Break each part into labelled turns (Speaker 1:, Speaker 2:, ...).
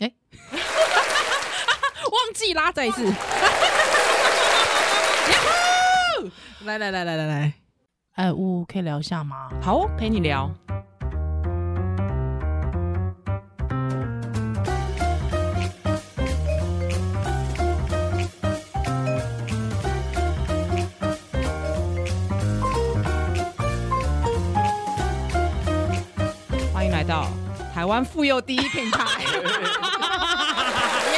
Speaker 1: 哎细拉再一次。Yahoo！来来来来来来，哎，呜，可以聊一下吗？
Speaker 2: 好哦，陪你聊。欢迎来到台湾妇幼第一品 牌。耶！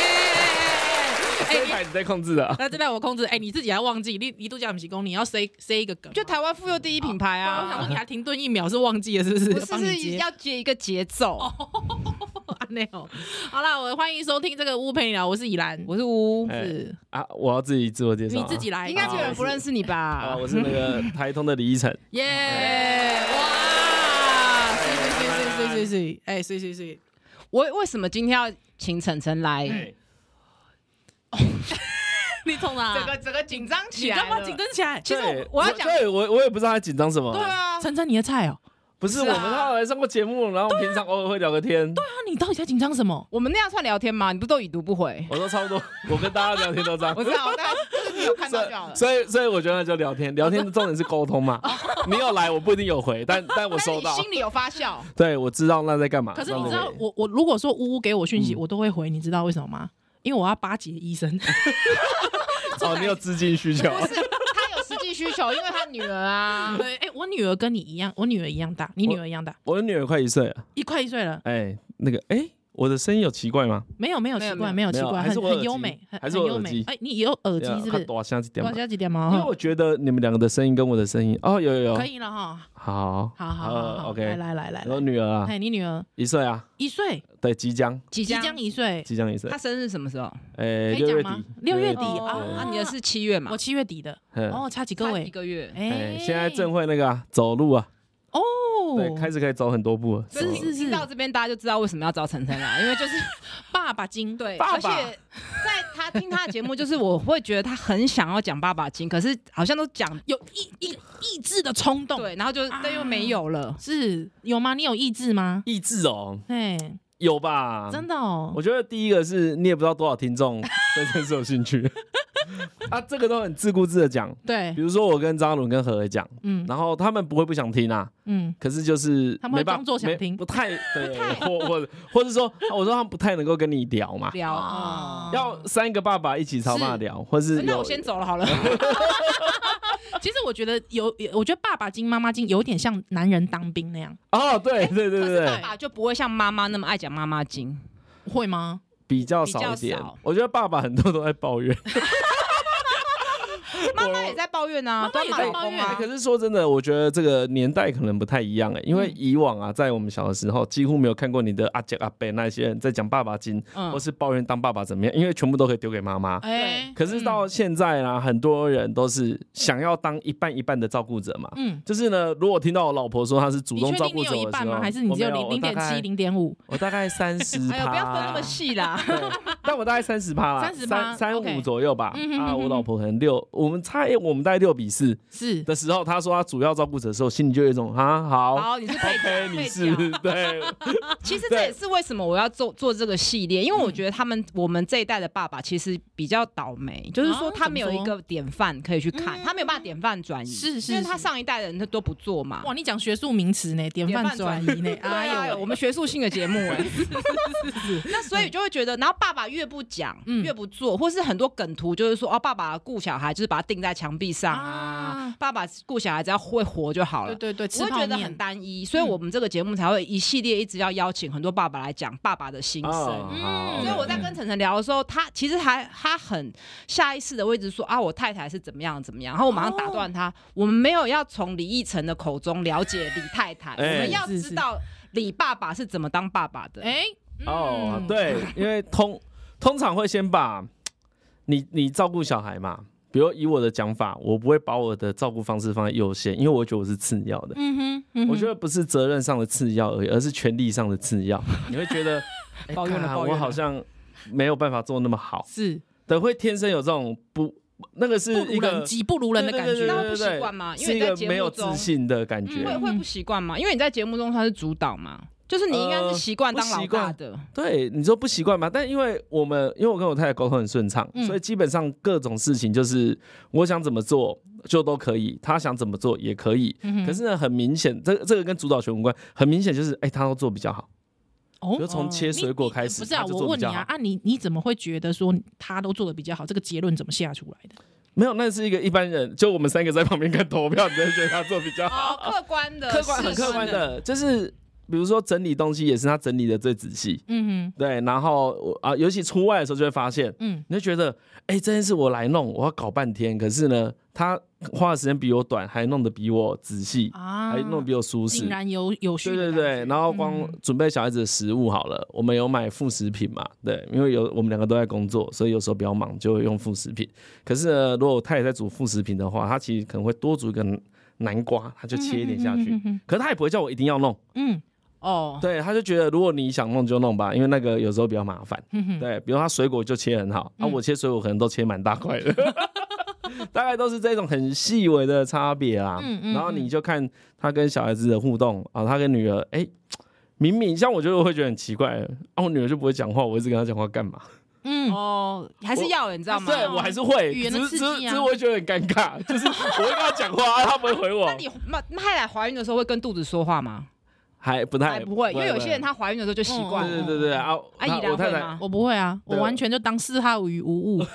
Speaker 3: 这一
Speaker 2: 哎，
Speaker 3: 台你在控制的啊，
Speaker 1: 那这在我控制，哎、你自己还忘记，你你度假不提供，你要塞塞一个梗吗，
Speaker 2: 就台湾妇幼第一品牌
Speaker 1: 啊！我想
Speaker 2: 啊
Speaker 1: 说，你还停顿一秒是忘记了是不是？
Speaker 2: 不
Speaker 1: 帮你
Speaker 2: 是是
Speaker 1: 接
Speaker 2: 要接一个节奏。
Speaker 1: 啊那哦，好啦，我欢迎收听这个乌陪你聊，我是啊以兰，
Speaker 2: 我是吴，
Speaker 3: 哎
Speaker 1: 是
Speaker 3: 啊，我要自己自我介绍啊，
Speaker 1: 你自己来，
Speaker 2: 哎应该没有人不认识你
Speaker 3: 啊，
Speaker 2: 吧？
Speaker 3: 我是那 个台通的李依晨，
Speaker 1: 耶！哇，水水水水水水，哎，水水水，
Speaker 2: 我为什么今天要请晨晨来？
Speaker 1: 你从哪？
Speaker 2: 整个紧张
Speaker 1: 你干嘛紧张起来？
Speaker 2: 其实
Speaker 3: 对
Speaker 2: 我我要讲
Speaker 3: 对我我也不知道他紧张什么，
Speaker 2: 对，啊，
Speaker 1: 晨晨，你的菜哦，
Speaker 3: 不
Speaker 2: 是
Speaker 3: 是我
Speaker 2: 啊
Speaker 3: 们他来上过节目，然后平常偶尔会聊个天，
Speaker 1: 那你到底在紧张什么？
Speaker 2: 我们那样算聊天吗？你不都已读不 回？
Speaker 3: 我都差不多，我跟大家聊天都这样
Speaker 2: 我。知道，但就是你有看到就好了。
Speaker 3: 所以，所以我觉得那就聊天，聊天的重点是沟通嘛。
Speaker 2: 哦
Speaker 3: 你有来，我不一定有回， 但但我
Speaker 2: 但是
Speaker 3: 收
Speaker 2: 你
Speaker 3: 到，
Speaker 2: 心里有发 笑，
Speaker 3: 对我知道那在干嘛。
Speaker 1: 可是你知
Speaker 3: 啊那
Speaker 1: 道
Speaker 3: 我，
Speaker 1: 我我如果说呜呜给我讯息，
Speaker 3: 嗯
Speaker 1: 我都会回，你知道为什么吗？因为我要巴结医 生，
Speaker 3: 哦，你有资金需求，
Speaker 2: 不是他有实际需求，因为他女儿啊。
Speaker 1: 对，哎、我女儿跟你一样，我女儿一样大，你女儿一样大，
Speaker 3: 我的女儿快一岁了，
Speaker 1: 一快一岁了，
Speaker 3: 哎，那个，哎，我的声音有奇怪吗？
Speaker 1: 没有没有奇怪，没
Speaker 2: 没
Speaker 1: 有
Speaker 3: 没
Speaker 1: 奇
Speaker 3: 有
Speaker 1: 怪，
Speaker 3: 还是
Speaker 1: 很
Speaker 3: 我耳
Speaker 1: 很优
Speaker 3: 机
Speaker 1: 美，很
Speaker 3: 还
Speaker 1: 很
Speaker 3: 是我
Speaker 1: 优
Speaker 3: 耳
Speaker 1: 美
Speaker 3: 机。
Speaker 1: 哎、你有耳机
Speaker 3: 对啊
Speaker 1: 是不
Speaker 3: 看
Speaker 1: 是？
Speaker 3: 多像几点
Speaker 1: 多
Speaker 3: 嘛？
Speaker 1: 加几点吗？
Speaker 3: 因为我觉得你们两个的声音跟我的声音，哦，有有有，
Speaker 1: 嗯可以了哈，
Speaker 3: 好，
Speaker 1: 好好好好
Speaker 3: ，OK。
Speaker 1: 来来来来，
Speaker 3: 我
Speaker 1: 来
Speaker 3: 女儿啊，
Speaker 1: 哎，你女儿
Speaker 3: 一岁啊，
Speaker 1: 一岁，
Speaker 3: 对，即将
Speaker 2: 即
Speaker 1: 即将一岁，
Speaker 3: 即将一岁
Speaker 2: 他，生日什么时候？
Speaker 3: 哎，
Speaker 1: 可以
Speaker 3: 六月
Speaker 1: 讲吗
Speaker 3: 底，
Speaker 1: 六月底
Speaker 3: 对
Speaker 1: 啊
Speaker 2: 啊，你的是七月嘛
Speaker 1: 我？七月底的，
Speaker 3: 嗯
Speaker 1: 哦，差几
Speaker 2: 差
Speaker 1: 个
Speaker 2: 一
Speaker 1: 位，
Speaker 2: 个月。
Speaker 3: 哎
Speaker 1: 哎，，
Speaker 3: 现在正会那个啊走路啊，
Speaker 1: 哦，
Speaker 3: 对，开始可以走很多步啊了，
Speaker 2: 就是
Speaker 3: 走了
Speaker 1: 是
Speaker 2: 听到这边，大家就知道为什么要找晨晨来，因为就是
Speaker 1: 爸爸经，
Speaker 2: 对，
Speaker 3: 爸
Speaker 2: 而且
Speaker 3: 爸
Speaker 2: 在他听他的节目，就是我会觉得他很想要讲爸爸经，可是好像都讲啊
Speaker 1: 有意意意志的冲动，
Speaker 2: 对，然后就但又没有了。
Speaker 1: 是有吗？你有意志吗？
Speaker 3: 意志哦，
Speaker 1: 哎，
Speaker 3: 有吧？
Speaker 1: 真的哦
Speaker 3: 嗯我，觉得第一个是你也不知道多少听 众对这件事有兴趣 啊，这个都很自顾自的讲。
Speaker 1: 对
Speaker 3: 比，如说我跟张嘉伦跟何何讲，
Speaker 1: 嗯
Speaker 3: 然后他们不会不想听啊，
Speaker 1: 嗯，
Speaker 3: 可是就是
Speaker 1: 他们会
Speaker 3: 没办
Speaker 1: 装作想
Speaker 3: 没
Speaker 1: 听
Speaker 3: 不太对，或或或者说我说他们不太能够跟你聊嘛，
Speaker 2: 聊
Speaker 1: 哦
Speaker 2: 啊，
Speaker 3: 要三个爸爸一起超骂聊，或是
Speaker 2: 嗯那
Speaker 3: 有
Speaker 2: 我先走了 好了。
Speaker 1: 其实我觉得有，我觉得爸爸经、妈妈经有点像男人当兵那样，
Speaker 3: 哦，对对对
Speaker 2: 可
Speaker 3: 对
Speaker 2: 是
Speaker 3: 对
Speaker 2: 爸，爸就不会像妈妈那么爱讲妈妈经，
Speaker 1: 会吗？
Speaker 3: 比较少一
Speaker 2: 比较
Speaker 3: 点
Speaker 2: 少。
Speaker 3: 我觉得爸爸很多都在抱怨，
Speaker 2: 妈妈也在抱怨啊，
Speaker 1: 妈妈
Speaker 2: 都
Speaker 1: 也
Speaker 2: 骂
Speaker 1: 在
Speaker 2: 老
Speaker 1: 抱
Speaker 2: 公
Speaker 1: 怨
Speaker 3: 哎
Speaker 2: 啊
Speaker 3: 可。是说真的，我觉得这个年代可能不太一样哎，因为以往啊，在我们小的时候，几乎没有看过你的阿姐阿伯那些人在讲爸爸经，
Speaker 2: 嗯
Speaker 3: 或是抱怨当爸爸怎么样，因为全部都可以丢给妈妈。
Speaker 1: 哎，
Speaker 3: 啊可是到现在啊，很多人都是想要当一半一半的照顾者嘛。
Speaker 1: 嗯，
Speaker 3: 就是呢，如果听到我老婆说她啊是主
Speaker 1: 你
Speaker 3: 动
Speaker 1: 确
Speaker 3: 照
Speaker 1: 定
Speaker 3: 顾
Speaker 1: 你
Speaker 3: 者
Speaker 1: 有一
Speaker 3: 的时
Speaker 1: 半
Speaker 3: 候，
Speaker 1: 吗？还是你
Speaker 3: 我
Speaker 1: 只有
Speaker 3: 没
Speaker 1: 零零
Speaker 3: 我大
Speaker 1: 点
Speaker 3: 概
Speaker 1: 七、零点五？
Speaker 3: 我大概三十
Speaker 2: 哎呦，不要分那么细啦。
Speaker 3: 对，但我大概三十趴啦，
Speaker 1: 30%
Speaker 3: 三三
Speaker 1: OK
Speaker 3: 五左右吧
Speaker 1: 嗯哼。
Speaker 3: 啊，
Speaker 1: 哼哼
Speaker 3: 我老婆可能六，我们差一我们大概六比四
Speaker 1: 是
Speaker 3: 的时候，她说她主要照顾者的时候，心里就有一种啊，好
Speaker 2: 好，你是配
Speaker 3: ，OK，
Speaker 2: 角，
Speaker 3: 你
Speaker 2: 配
Speaker 3: 是
Speaker 2: 角。
Speaker 3: 对，
Speaker 2: 其实
Speaker 3: 对
Speaker 2: 这也是为什么我要做做这个系列，因为我觉得他们我们这一代的爸爸其实比较倒霉，就是啊说嗯他没有一个典范可以去看，他没有办法典范转移，
Speaker 1: 是是
Speaker 2: 因为他
Speaker 1: 是
Speaker 2: 上一代的人他都不做
Speaker 3: 啊
Speaker 2: 嘛。
Speaker 1: 哇，你讲学术名词呢，典
Speaker 2: 典
Speaker 1: 范
Speaker 2: 范
Speaker 1: 转
Speaker 2: 转
Speaker 1: 移 呢？
Speaker 2: 哎
Speaker 1: 哎
Speaker 2: 呀，
Speaker 1: 呦，
Speaker 2: 我们学术性的节目哎、嗯那所以就会觉得，然后爸爸越不讲，
Speaker 1: 嗯
Speaker 2: 越不做，或是很多梗图，就是说哦，爸爸顾小孩就是把他钉在墙壁上啊，
Speaker 1: 啊
Speaker 2: 爸爸顾小孩只要会活就好了
Speaker 1: 对。对对，吃
Speaker 2: 我会
Speaker 1: 泡
Speaker 2: 觉得很
Speaker 1: 面，
Speaker 2: 单一，
Speaker 3: 嗯
Speaker 2: 所以我们这个节目才会一系列一直要邀请很多爸爸来讲爸爸的心声。
Speaker 3: 啊，好
Speaker 1: 嗯
Speaker 2: 所以我在跟晨晨聊的时候，他其实还他很下意识的位置说啊，我太太是怎么样怎么样，然后我马上打断
Speaker 3: 哦
Speaker 2: 他，我们没有要从李义成的口中了解李太太，
Speaker 3: 哎
Speaker 2: 我们要
Speaker 1: 是是
Speaker 2: 知道李爸爸是怎么当爸爸的。
Speaker 1: 哎，
Speaker 3: 哦
Speaker 1: 嗯，，
Speaker 3: 对，因为通通常会先把你你照顾小孩嘛。比如以我的讲法，我不会把我的照顾方式放在优先，因为我觉得我是次要的。
Speaker 1: 嗯哼，嗯哼
Speaker 3: 我觉得不是责任上的次要而已，而是权利上的次要。你会觉得，哎
Speaker 2: 抱怨了
Speaker 3: 干
Speaker 2: 抱怨
Speaker 3: 我
Speaker 2: 了
Speaker 3: 好像没有办法做那么好，
Speaker 1: 是
Speaker 3: 对，会天生有这种不，那个是
Speaker 1: 不
Speaker 3: 一
Speaker 1: 如人，
Speaker 3: 个
Speaker 1: 己不如人的感
Speaker 3: 对对
Speaker 2: 那
Speaker 1: 觉。
Speaker 2: 会不习惯吗？因
Speaker 3: 是
Speaker 2: 为你
Speaker 3: 一
Speaker 2: 在
Speaker 3: 个
Speaker 2: 节
Speaker 3: 没有
Speaker 2: 目
Speaker 3: 自
Speaker 2: 中
Speaker 3: 信的感觉
Speaker 1: 嗯。
Speaker 2: 会会不习惯吗？因为你在节目中他是主导嘛，就是你应该是习惯
Speaker 3: 呃
Speaker 2: 当老
Speaker 3: 不习
Speaker 2: 大
Speaker 3: 惯
Speaker 2: 的，
Speaker 3: 对，你说不习惯嘛？但因为我们，因为我跟我太太沟通很顺畅，
Speaker 1: 嗯
Speaker 3: 所以基本上各种事情就是我想怎么做就都可以，她想怎么做也可以。
Speaker 1: 嗯哼
Speaker 3: 可是呢，很明显，这这个跟主导权无关，很明显就是，哎、她都做比较好，
Speaker 1: 哦
Speaker 3: 比如从切水果开始，
Speaker 1: 不是啊，
Speaker 3: 她就
Speaker 1: 我
Speaker 3: 做
Speaker 1: 问
Speaker 3: 比
Speaker 1: 你
Speaker 3: 较
Speaker 1: 啊
Speaker 3: 好。，
Speaker 1: 啊你你怎么会觉得说他都做的比较好？这个结论怎么下出来的？
Speaker 3: 没有，那是一个一般人，就我们三个在旁边看投票，你才觉得她做比较好。
Speaker 2: 哦，客观的，
Speaker 3: 客观
Speaker 2: 事
Speaker 3: 很
Speaker 2: 实
Speaker 3: 客观，的，就是比如说整理东西也是她整理的最仔细，
Speaker 1: 嗯哼，
Speaker 3: 对。然后我啊，尤其出外的时候就会发现，
Speaker 1: 嗯，
Speaker 3: 你就觉得，哎、这件事我来弄，我要搞半天，可是呢，他花的时间比我短，还弄得比我仔细，
Speaker 1: 啊，
Speaker 3: 还哎弄得比我舒适
Speaker 1: 井。然有有序
Speaker 3: 对
Speaker 1: 的
Speaker 3: 对
Speaker 1: 感觉，
Speaker 3: 对，然后光
Speaker 1: 嗯
Speaker 3: 准备小孩子的食物好了，我们有买副食品嘛？对，因为有我们两个都在工作，所以有时候比较忙，就会用副食品。可是呢，如果他也在煮副食品的话，他其实可能会多煮一个南瓜，他就切一点下去。
Speaker 1: 嗯哼
Speaker 3: 可是他也不会叫我一定要弄，
Speaker 1: 嗯
Speaker 2: 哦，
Speaker 3: 对，他就觉得如果你想弄就弄吧，因为那个有时候比较麻烦。
Speaker 2: 嗯
Speaker 1: 哼哼，
Speaker 3: 对，比如他水果就切很好，啊，
Speaker 1: 嗯
Speaker 3: 我切水果可能都切蛮大块的， 大概都是这种很细微的差别啦。
Speaker 1: 嗯嗯
Speaker 3: 然后你就看他跟小孩子的互动啊，他跟女儿，哎、明明像我就会觉得很奇怪，啊，我女儿就不会讲话，我一直跟她讲话干嘛？
Speaker 1: 嗯，
Speaker 2: 哦，还是要的你知道吗？
Speaker 3: 对我还是会，
Speaker 1: 语言的
Speaker 3: 只是
Speaker 1: 刺
Speaker 3: 只是
Speaker 1: 激
Speaker 3: 只
Speaker 1: 啊
Speaker 3: 是我会觉得很尴尬，就是我会跟她讲话，啊，她不会回我
Speaker 2: 那，你那那太太怀孕的时候会跟肚子说话吗？
Speaker 3: 还不太
Speaker 2: 还不会，因为有些人她怀孕的时候就习惯
Speaker 3: 对
Speaker 2: 了。
Speaker 3: 对对对啊，
Speaker 2: 阿
Speaker 3: 她
Speaker 2: 姨
Speaker 3: 我
Speaker 2: 然
Speaker 3: 太
Speaker 2: 会
Speaker 3: 太
Speaker 2: 吗？
Speaker 1: 我不会啊，我
Speaker 3: 对
Speaker 1: 完全就当视他于无物。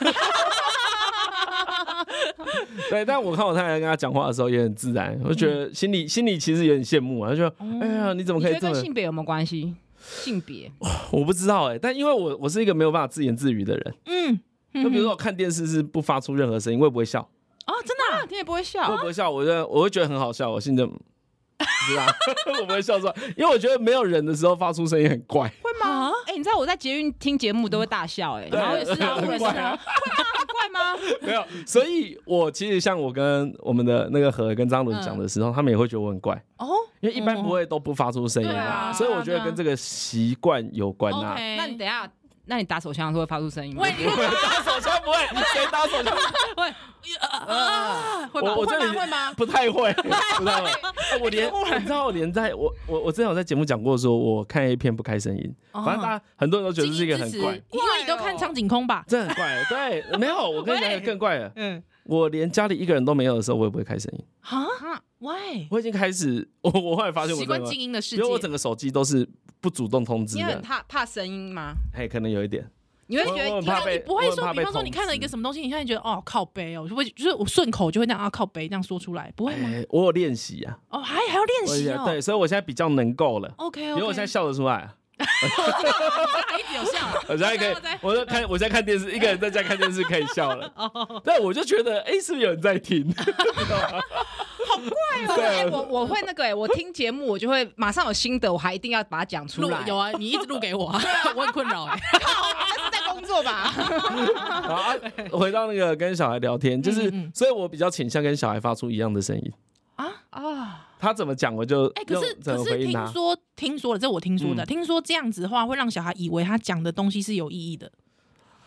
Speaker 3: 对，但我看我太太跟她讲话的时候也很自然，我就觉
Speaker 1: 嗯
Speaker 3: 得心里心里其实也很羡慕啊，就觉得
Speaker 1: 哦
Speaker 3: 哎呀你怎么
Speaker 2: 你觉
Speaker 3: 可以
Speaker 2: 得
Speaker 3: 这么
Speaker 2: 跟？性别有没有关系？性别
Speaker 3: 我不知道哎、但因为我我是一个没有办法自言自语的人，
Speaker 1: 嗯，
Speaker 3: 就比如说我看电视是不发出任何声音，我也不会笑，
Speaker 1: 哦，真的啊、
Speaker 2: 啊，你也不会
Speaker 3: 我
Speaker 2: 笑
Speaker 3: 也不会笑，我觉得我会觉得很好笑，我心里就。是啊， 我不会笑出来，因为我觉得没有人的时候发出声音很怪，
Speaker 2: 会
Speaker 1: 啊
Speaker 2: 吗？哎，你知道我在捷运听节目都会大笑 哎，
Speaker 3: 对
Speaker 2: 然后
Speaker 1: 我也
Speaker 2: 也
Speaker 1: 是 啊，我也是 啊，
Speaker 2: 怪吗？
Speaker 3: 没有，所以我其实像我跟我们的那个何跟张伦
Speaker 1: 嗯
Speaker 3: 讲的时候，他们也会觉得我很怪，
Speaker 1: 哦
Speaker 3: 因为一般不会都不发出声音
Speaker 1: 对
Speaker 3: 啦，
Speaker 1: 啊
Speaker 3: 所以我觉
Speaker 1: 对
Speaker 3: 得
Speaker 1: 啊
Speaker 3: 跟这个习惯有关啊呐、
Speaker 1: ，OK，
Speaker 2: 那你等一下，那你打手枪的时候会发出声音吗？
Speaker 1: 哎喂，
Speaker 3: 不会打手枪不会，谁打手枪？
Speaker 1: 啊，呃会吧？
Speaker 3: 我我
Speaker 1: 会
Speaker 3: 这
Speaker 1: 吗？
Speaker 3: 里
Speaker 1: 会吗？
Speaker 3: 不太会，不太会。哎 我连你知道，我连在我我我之前有在节目讲过说我看 A 片不开声音，
Speaker 1: 哦
Speaker 3: 反正大家很多人都觉得这是一个很怪，
Speaker 1: 因为你都
Speaker 2: 哦
Speaker 1: 看苍井空吧？
Speaker 3: 这很怪。对，没有，我跟你讲一个更怪的，
Speaker 2: 嗯，
Speaker 3: 我连家里一个人都没有的时候，我也不会开声音。
Speaker 1: 啊
Speaker 2: 哈，
Speaker 1: 喂，
Speaker 3: 我已经开始，我我后来发现我
Speaker 1: 习
Speaker 3: 真
Speaker 1: 惯
Speaker 3: 的，
Speaker 1: 静音的世
Speaker 3: 因
Speaker 1: 界
Speaker 3: 为，我整个手机都是不主动通知
Speaker 2: 你很
Speaker 3: 的，
Speaker 2: 怕怕声音吗？
Speaker 3: 哎，可能有一点，
Speaker 2: 你会
Speaker 3: 我
Speaker 2: 觉
Speaker 3: 我
Speaker 2: 得
Speaker 3: 很怕
Speaker 2: 听
Speaker 3: 被
Speaker 1: 你不会
Speaker 3: 我很怕
Speaker 1: 说，比
Speaker 3: 被
Speaker 1: 方说
Speaker 3: 通
Speaker 1: 你看了
Speaker 3: 知
Speaker 1: 一个什么东西，你现在觉得哦靠背哦，我就会就是我顺口就会那样啊靠背这样说出来，不会吗？
Speaker 3: 哎，我有练习啊，
Speaker 1: 哦，还还要练
Speaker 3: 我
Speaker 1: 习
Speaker 3: 有
Speaker 1: 哦
Speaker 3: 对，所以我现在比较能够了，
Speaker 1: ，OK
Speaker 3: 因为我现在
Speaker 1: OK，
Speaker 3: 笑得出来啊。
Speaker 1: 一直有笑啊，
Speaker 3: 我现在可以
Speaker 1: 我在，哦
Speaker 3: 我在看，我在看电视，一个人在家看电视可以笑 了。但我就觉得，哎、是不是有人在听？
Speaker 1: 哦
Speaker 2: 真的
Speaker 3: 对
Speaker 2: 哎我我会那个哎，我听节目我就会马上有心得，我还一定要把它讲出
Speaker 1: 录
Speaker 2: 来。
Speaker 1: 有啊，你一直录给我啊， 我很困扰
Speaker 3: 欸
Speaker 1: 哎。
Speaker 2: 那是在工作吧？
Speaker 3: 然后、啊、回到那个跟小孩聊天，就是，
Speaker 1: 嗯嗯
Speaker 3: 所以我比较倾向跟小孩发出一样的声音。
Speaker 2: 啊，
Speaker 3: 他怎么讲，我就
Speaker 1: 哎、可
Speaker 3: 用
Speaker 1: 是
Speaker 3: 怎
Speaker 1: 可
Speaker 3: 么
Speaker 1: 是
Speaker 3: 回应
Speaker 1: 听
Speaker 3: 他。
Speaker 1: 说听说了，这我听说的，
Speaker 3: 嗯
Speaker 1: 听说这样子的话会让小孩以为他讲的东西是有意义的。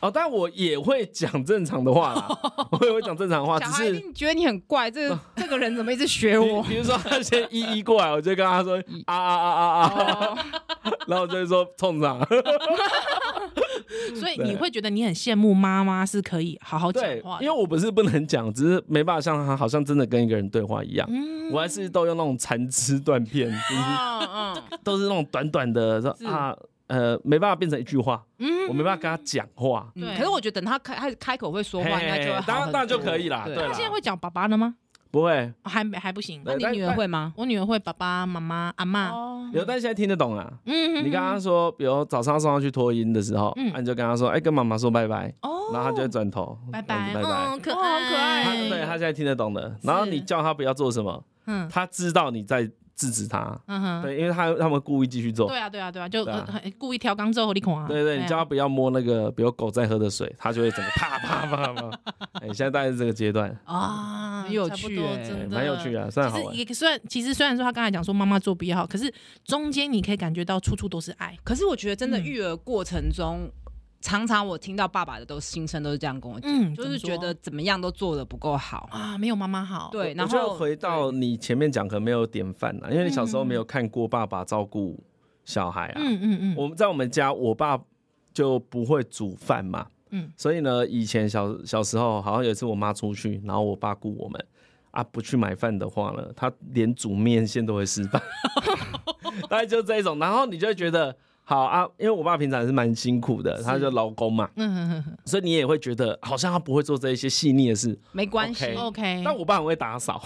Speaker 3: 哦，但我也会讲正常的话啦，
Speaker 1: 哦
Speaker 3: 我也会讲正常的话，
Speaker 2: 小
Speaker 3: 哦只
Speaker 2: 孩一
Speaker 3: 是哦
Speaker 2: 定觉得你很怪，这个 这个人怎么一直学
Speaker 3: 比
Speaker 2: 我？
Speaker 3: 比如说他先一一过来，我就跟他说啊啊啊啊啊，
Speaker 2: 哦，
Speaker 3: 然后我就会说冲上。
Speaker 1: 所以
Speaker 3: 嗯对
Speaker 1: 你会觉得你很羡慕妈妈是可以好好讲
Speaker 3: 对
Speaker 1: 话，的，
Speaker 3: 因为我不是不能讲，只是没办法像他好像真的跟一个人对话一样。
Speaker 1: 嗯
Speaker 3: 我还是都用那种残枝断片，就是
Speaker 2: 嗯嗯，
Speaker 3: 都是那种短短的，说啊呃没办法变成一句话，
Speaker 1: 嗯
Speaker 3: 我没办法跟他讲话。
Speaker 1: 对
Speaker 2: 嗯可是我觉得等他开开开口会说
Speaker 3: 嘿
Speaker 2: 话，应该就会好
Speaker 3: 当然
Speaker 2: 很
Speaker 3: 当然就
Speaker 2: 多
Speaker 3: 可以啦
Speaker 2: 对
Speaker 3: 对
Speaker 1: 他
Speaker 3: 啦
Speaker 1: 现在会讲爸爸了吗？
Speaker 3: 不会，
Speaker 1: 哦还没还不行。
Speaker 3: 对
Speaker 2: 那你
Speaker 3: 但
Speaker 2: 女儿会吗？
Speaker 1: 我女儿会爸爸妈妈阿妈，
Speaker 2: 哦，
Speaker 3: 有，但现在听得懂啊。
Speaker 1: 嗯，哼
Speaker 3: 你跟他
Speaker 1: 哼
Speaker 3: 说，比如早上送他去脱音的时候，
Speaker 1: 嗯
Speaker 3: 啊你就跟他说，哎，跟妈妈说拜拜，
Speaker 1: 哦，
Speaker 3: 然后他就会转头，
Speaker 1: 拜
Speaker 3: 这样
Speaker 1: 拜
Speaker 3: 呃子拜拜。
Speaker 1: 嗯，可
Speaker 2: 哦
Speaker 1: 爱
Speaker 2: 好可爱
Speaker 3: 他对他现在听得懂的，
Speaker 1: 是
Speaker 3: 然后你叫他不要做什么，
Speaker 1: 嗯
Speaker 3: 他知道你在制止他，
Speaker 1: 嗯哼，
Speaker 3: 对，因为他他们故意继续做，
Speaker 1: 对啊对啊对啊，就
Speaker 3: 对啊
Speaker 1: 呃很故意调缸之后你看啊，
Speaker 3: 对对，
Speaker 1: 啊
Speaker 3: 你叫他不要摸那个，比如狗在喝的水，他就会整个啪啪 啪啪。哎，现在大概是这个阶段，
Speaker 1: 啊，
Speaker 2: 很有
Speaker 1: 差不
Speaker 2: 趣
Speaker 1: 多
Speaker 2: 欸
Speaker 3: 哎
Speaker 1: 真的
Speaker 3: 蛮有趣的，算好玩
Speaker 1: 其。实也虽然其实虽然说他刚才讲说妈妈做比较好，可是中间你可以感觉到处处都是爱。
Speaker 2: 可是我觉得真的
Speaker 1: 嗯
Speaker 2: 育儿过程中，常常我听到爸爸的都心声都是这样跟我讲，
Speaker 1: 嗯，
Speaker 2: 就是觉得怎么哦样都做的不够好。
Speaker 1: 啊，没有妈妈好。
Speaker 2: 对，
Speaker 3: 我
Speaker 2: 然
Speaker 3: 觉得
Speaker 2: 后
Speaker 3: 回到你前面讲，可能没有典范啊，因为你小时候没有看过爸爸照顾小孩啊，
Speaker 1: 嗯嗯嗯，
Speaker 3: 我们在我们家，我爸就不会煮饭嘛，
Speaker 1: 嗯
Speaker 3: 嗯，所以呢，以前小小时候，好像有一次我妈出去，然后我爸雇我们啊，不去买饭的话呢，他连煮面线都会失败，大概就这一种，然后你就会觉得。好啊，因为我爸平常是蛮辛苦的，他就劳工嘛，
Speaker 1: 嗯哼 哼
Speaker 3: 所以你也会觉得好像他不会做这一些细腻的事。
Speaker 2: 没关系。
Speaker 1: 哼
Speaker 3: OK
Speaker 1: ，OK。
Speaker 3: 但我爸很会打扫，